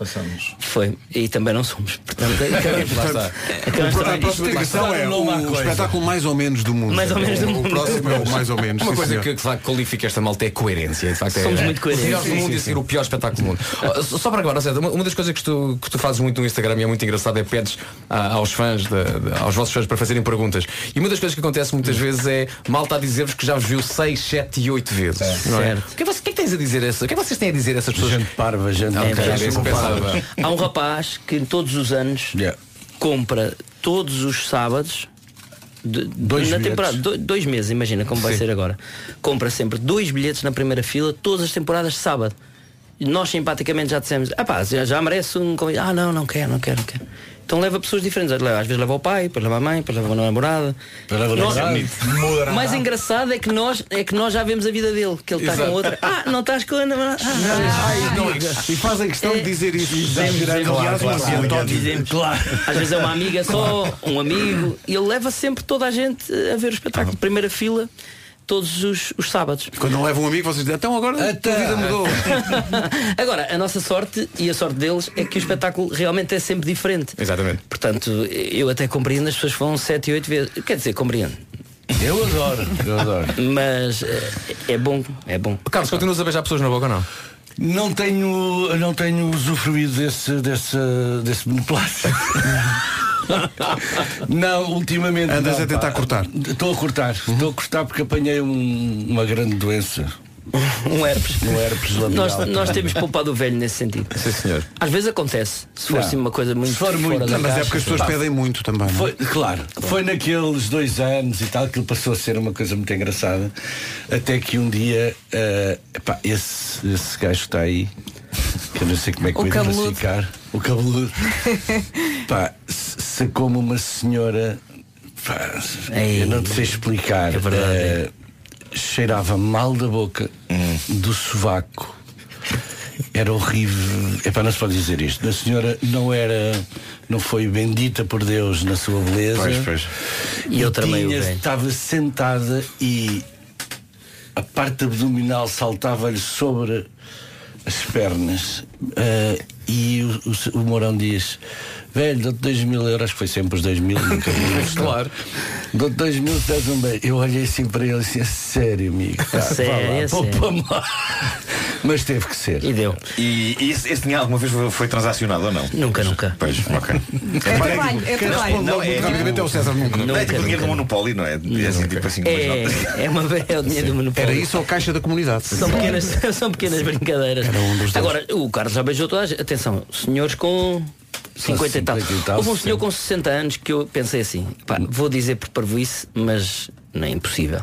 Foi. E também não somos. Portanto, acabamos- Portanto, acabamos o- a também- próxima ligação é o espetáculo mais ou menos do mundo. Mais ou menos do O mundo. próximo é o mais ou menos. Uma sim, coisa senhor. que, que de facto, qualifica esta malta é coerência. De facto, Somos é, muito O coerentes. pior do Sim, mundo sim, e ser o pior espetáculo do mundo. Oh, so- Só para agora, Zé, uma, uma das coisas que tu, que tu fazes muito no Instagram e é muito engraçado é pedes ah, aos fãs, de- de- aos vossos fãs para fazerem perguntas. E uma das coisas que acontece muitas vezes é malta a dizer-vos que já vos viu 6, 7 e 8 vezes. não é? Certo. O que, é, você- o que é que tens a dizer a essa? O que é que vocês têm a dizer a essas pessoas? Gente parva, gente não, É verdade. pensava. Há um rapaz que todos os anos compra todos os sábados de- Dois na bilhetes. temporada, do- dois meses, imagina como vai Sim. ser agora. Compra sempre dois bilhetes na primeira fila, todas as temporadas de sábado. E Nós simpaticamente já dissemos, ah pá, já, já merece um convite. Ah não, não quero, não quero, não quero. Então leva pessoas diferentes. Leva- Às vezes leva o pai, depois leva a mãe, depois leva a namorada. leva o Nós- namorado. O mais engraçado é que, nós, é que nós já vemos a vida dele, que ele está Exato. com outra. Ah, não estás com a namorada. Ah, Ai, não. E fazem questão de dizer isso. Exagerando, aliás, uma anedota. Às vezes é uma amiga só, um amigo, e ele leva sempre toda a gente a ver o espetáculo. Primeira fila, todos os, os sábados. Ah. Quando não leva um amigo, vocês dizem, então agora a tua vida mudou. Agora, a nossa sorte e a sorte deles é que o espetáculo realmente é sempre diferente. Exatamente. Portanto, eu até compreendo, as pessoas vão 7 e 8 vezes. Quer dizer, compreendo. Eu adoro, eu adoro. Mas eh, é bom, é bom. Carlos, continuas a beijar pessoas na boca ou não? Não tenho, não tenho usufruído desse, desse, desse beneplácito. não, ultimamente. Andas não, a tentar pá. cortar. Uhum. Estou a cortar, estou a cortar porque apanhei um- uma grande doença. Um herpes. Um herpes labial. Nós, nós temos poupado o velho nesse sentido. Sim, senhor. Às vezes acontece, se for Não. assim uma coisa muito Se for fora muito, da não, mas é caixa, porque as pessoas pá, Pedem muito também. não é? Foi, claro, foi naqueles dois anos e tal que ele passou a ser uma coisa muito engraçada. Até que um dia, eh, epá, esse, esse gajo que está aí, que eu não sei como é que O eu ia cabeludo. classificar, o cabeludo, pá, s- sacou-me uma senhora, pá, eu não te sei É explicar, eh, cheirava mal da boca, do sovaco. Era horrível. É para não se pode dizer isto. A senhora não era, não foi bendita por Deus na sua beleza. Pois, pois. E eu tramei o tinha- bem. Estava sentada e a parte abdominal saltava-lhe sobre as pernas. Ah, e o, o- o Mourão diz: Velho, dou-te 2 mil euros, que foi sempre os 2 mil, nunca vi isto. Claro. Dou-te 2 mil, estás um bem. Eu olhei assim para ele assim: "A Sério, amigo. pá, Sério, vá lá, sério. poupa-me lá." Mas teve que ser. E deu. E, e esse, esse dinheiro alguma vez foi transacionado ou não? Nunca, nunca. Pois, ok. É trabalho, é Quem trabalho. responde logo Não, é- muito rapidamente é o César Nunca. Não é Nunca, tipo o dinheiro nunca. do Monopólio, não é? É assim, tipo assim, umas notas. É, é, uma, é o dinheiro do monopólio. Era isso ou caixa da comunidade? São pequenas, são pequenas brincadeiras. um dois. Agora, o Carlos já beijou toda a gente. Atenção, senhores com 50 e tal. 50 e tal, Houve um 60. senhor com 60 anos que eu pensei assim, pá, vou dizer por parvoíce, mas não é impossível.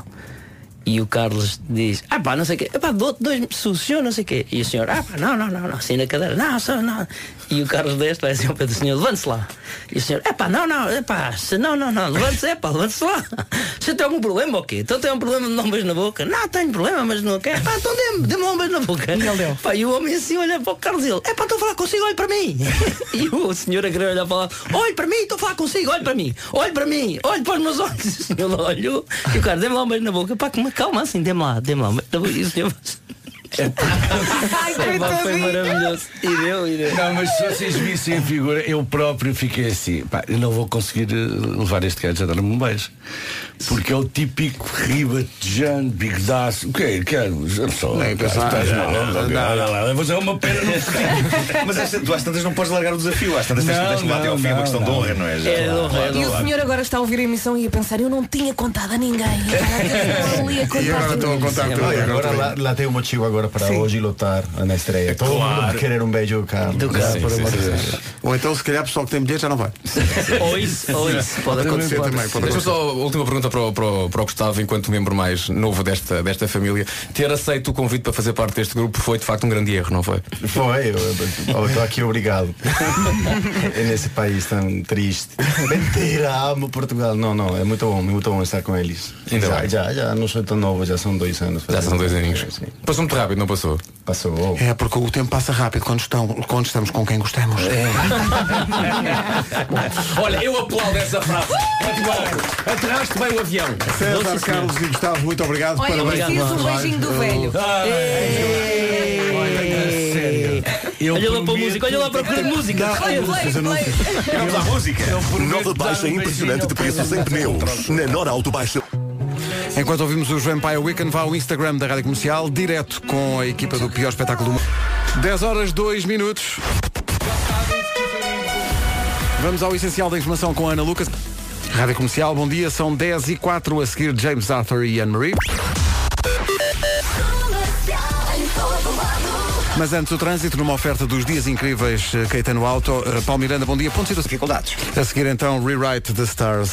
E o Carlos diz, ah pá, não sei o quê, ah, pá, dou dois, se o senhor não sei o quê. E o senhor, ah pá, não, não, não, não, assim na cadeira, não, só não. E o Carlos deste vai assim ao pé do senhor, levante-se lá. E o senhor, ah pá, não, não, é pá, se- não, não, não, levante-se, é pá, levante-se lá. Você tem algum problema ou quê? Então tem um problema de dar um beijo na boca? Não, tenho problema, mas não quero. Pá, então dê-me, dê-me lá um beijo na boca. E ele deu. Pá, e o homem assim olha para o Carlos e ele, é pá, estou a falar consigo, olha para mim. e o senhor a querer olhar para lá, olha para mim, estou a falar consigo, olha para mim, olha para mim, olha para os meus olhos. E ele olhou e o cara, dê-me lá um beijo na boca. Pá, como calma assim, dê-me lá, dê-me lá um beijo na boca. E o senhor... Ai, foi maravilhoso. E assim, deu, e deu. Não, mas se vocês vissem a figura, eu próprio fiquei assim, pá, eu não vou conseguir eh, levar este gajo a dar-me um beijo. Porque é o típico ribatejano, bigodaço. O que Quero, só. Nem pensar. Estás mal, Não, não, não, não, não, eu vou fazer uma pena no Mas esta- tu às tantas não podes largar o desafio, às tantas tens Não, tens que bater não, ao fim, é uma não, questão de não. honra, não é? Já. É, de honra, é de E honra. o senhor agora está a ouvir a emissão e a pensar, eu não tinha contado a ninguém. Agora ali a contar E agora tudo estou a isto. contar tudo. Olha, agora agora estou lá, lá tem um motivo agora para Sim. hoje lutar na estreia. Todo mundo vai querer um beijo do Carlos. Do Carlos, por amor de Deus. Ou então, se calhar, o pessoal que tem bilhete já não vai. Ou isso, ou isso. Pode Também acontecer. pode também, pode Mas acontecer. Deixa-me só a última pergunta para o, para, o, para o Gustavo, enquanto membro mais novo desta, desta família. Ter aceito o convite para fazer parte deste grupo foi de facto um grande erro, não foi? Foi, eu estou aqui obrigado. É Nesse país tão triste. Mentira, amo Portugal. Não, não, é muito bom, muito bom estar com eles. Ainda já, bem. já, já não sou tão novo, já são dois anos. Já são dois aninhos. Sim. Passou muito rápido, não passou? Passou. É porque o tempo passa rápido quando, estão, quando estamos com quem gostamos. É. Olha, eu aplaudo essa frase. Aplaudo. Atiraste bem o avião. César, Doce, Carlos e Gustavo, muito obrigado. Olha, eu Parabéns. preciso um Marcos. beijinho do velho. Ah, é. Sério. Eu Olha lá para a prometo- música, olha lá para a música. Vamos à música. Nova um baixa impressionante de preços em pneus. Na Nora Auto Baixa. Enquanto ouvimos os Vampire Weekend, vá ao Instagram da Rádio Comercial, direto com a equipa do pior espetáculo do mundo. 10 horas, 2 minutos. Vamos ao essencial da informação com a Ana Lucas. Rádio Comercial, bom dia, são 10 e 4 a seguir James Arthur e Anne-Marie. Mas antes o trânsito, numa oferta dos dias incríveis, eh, Caetano Auto. Eh, Paulo Miranda, bom dia. Pontos e dificuldades. A seguir então, Rewrite the Stars.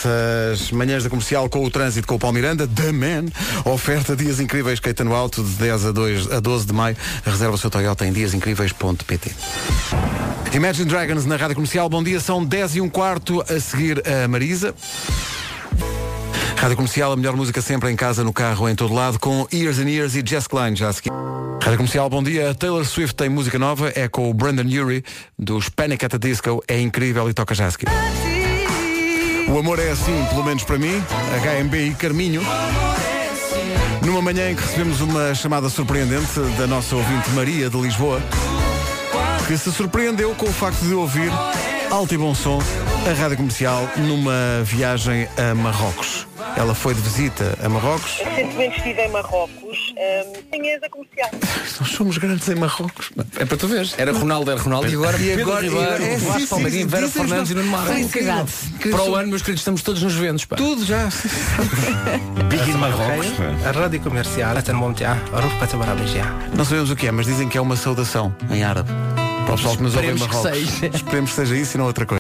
As manhãs da comercial com o trânsito com o Paulo Miranda, The Man. Oferta dias incríveis, Caetano Auto, de 10 a, 2, a 12 de maio. Reserva o seu Toyota em diasincríveis.pt. Imagine Dragons na rádio comercial. Bom dia, são 10 e um quarto. A seguir, a Marisa. Rádio Comercial, a melhor música sempre em casa, no carro, em todo lado, com Ears and Ears e Jess Klein, já a seguir. Rádio Comercial, bom dia. Taylor Swift tem música nova, é com o Brandon Urie, dos Panic at the Disco, é incrível e toca já a seguir. O amor é assim, pelo menos para mim, HMB e Carminho. Numa manhã em que recebemos uma chamada surpreendente da nossa ouvinte Maria de Lisboa, que se surpreendeu com o facto de ouvir alto e bom som a rádio comercial numa viagem a Marrocos. Ela foi de visita a Marrocos. Recentemente estive em Marrocos, hum, manhãs da comercial. Nós somos grandes em Marrocos. É para tu veres. Era Ronaldo, era Ronaldo. E agora E Pedro agora- Ribeiro, é, sim, Vasco sim, Palmeirinho, sim, Vera dizem-nos Fernandes e nós. Nuno Marco. Ai, que idade. Que Para sou- o ano, meus queridos, estamos todos nos ventos. Pá. Tudo já. Big in Marrocos. A rádio comercial, até Momtia, Rupa Tabarabijá. Não sabemos o que é, mas dizem que é uma saudação em árabe. Para o pessoal que nos ouve em Esperemos que Marrocos. Esperemos que seja isso e não outra coisa.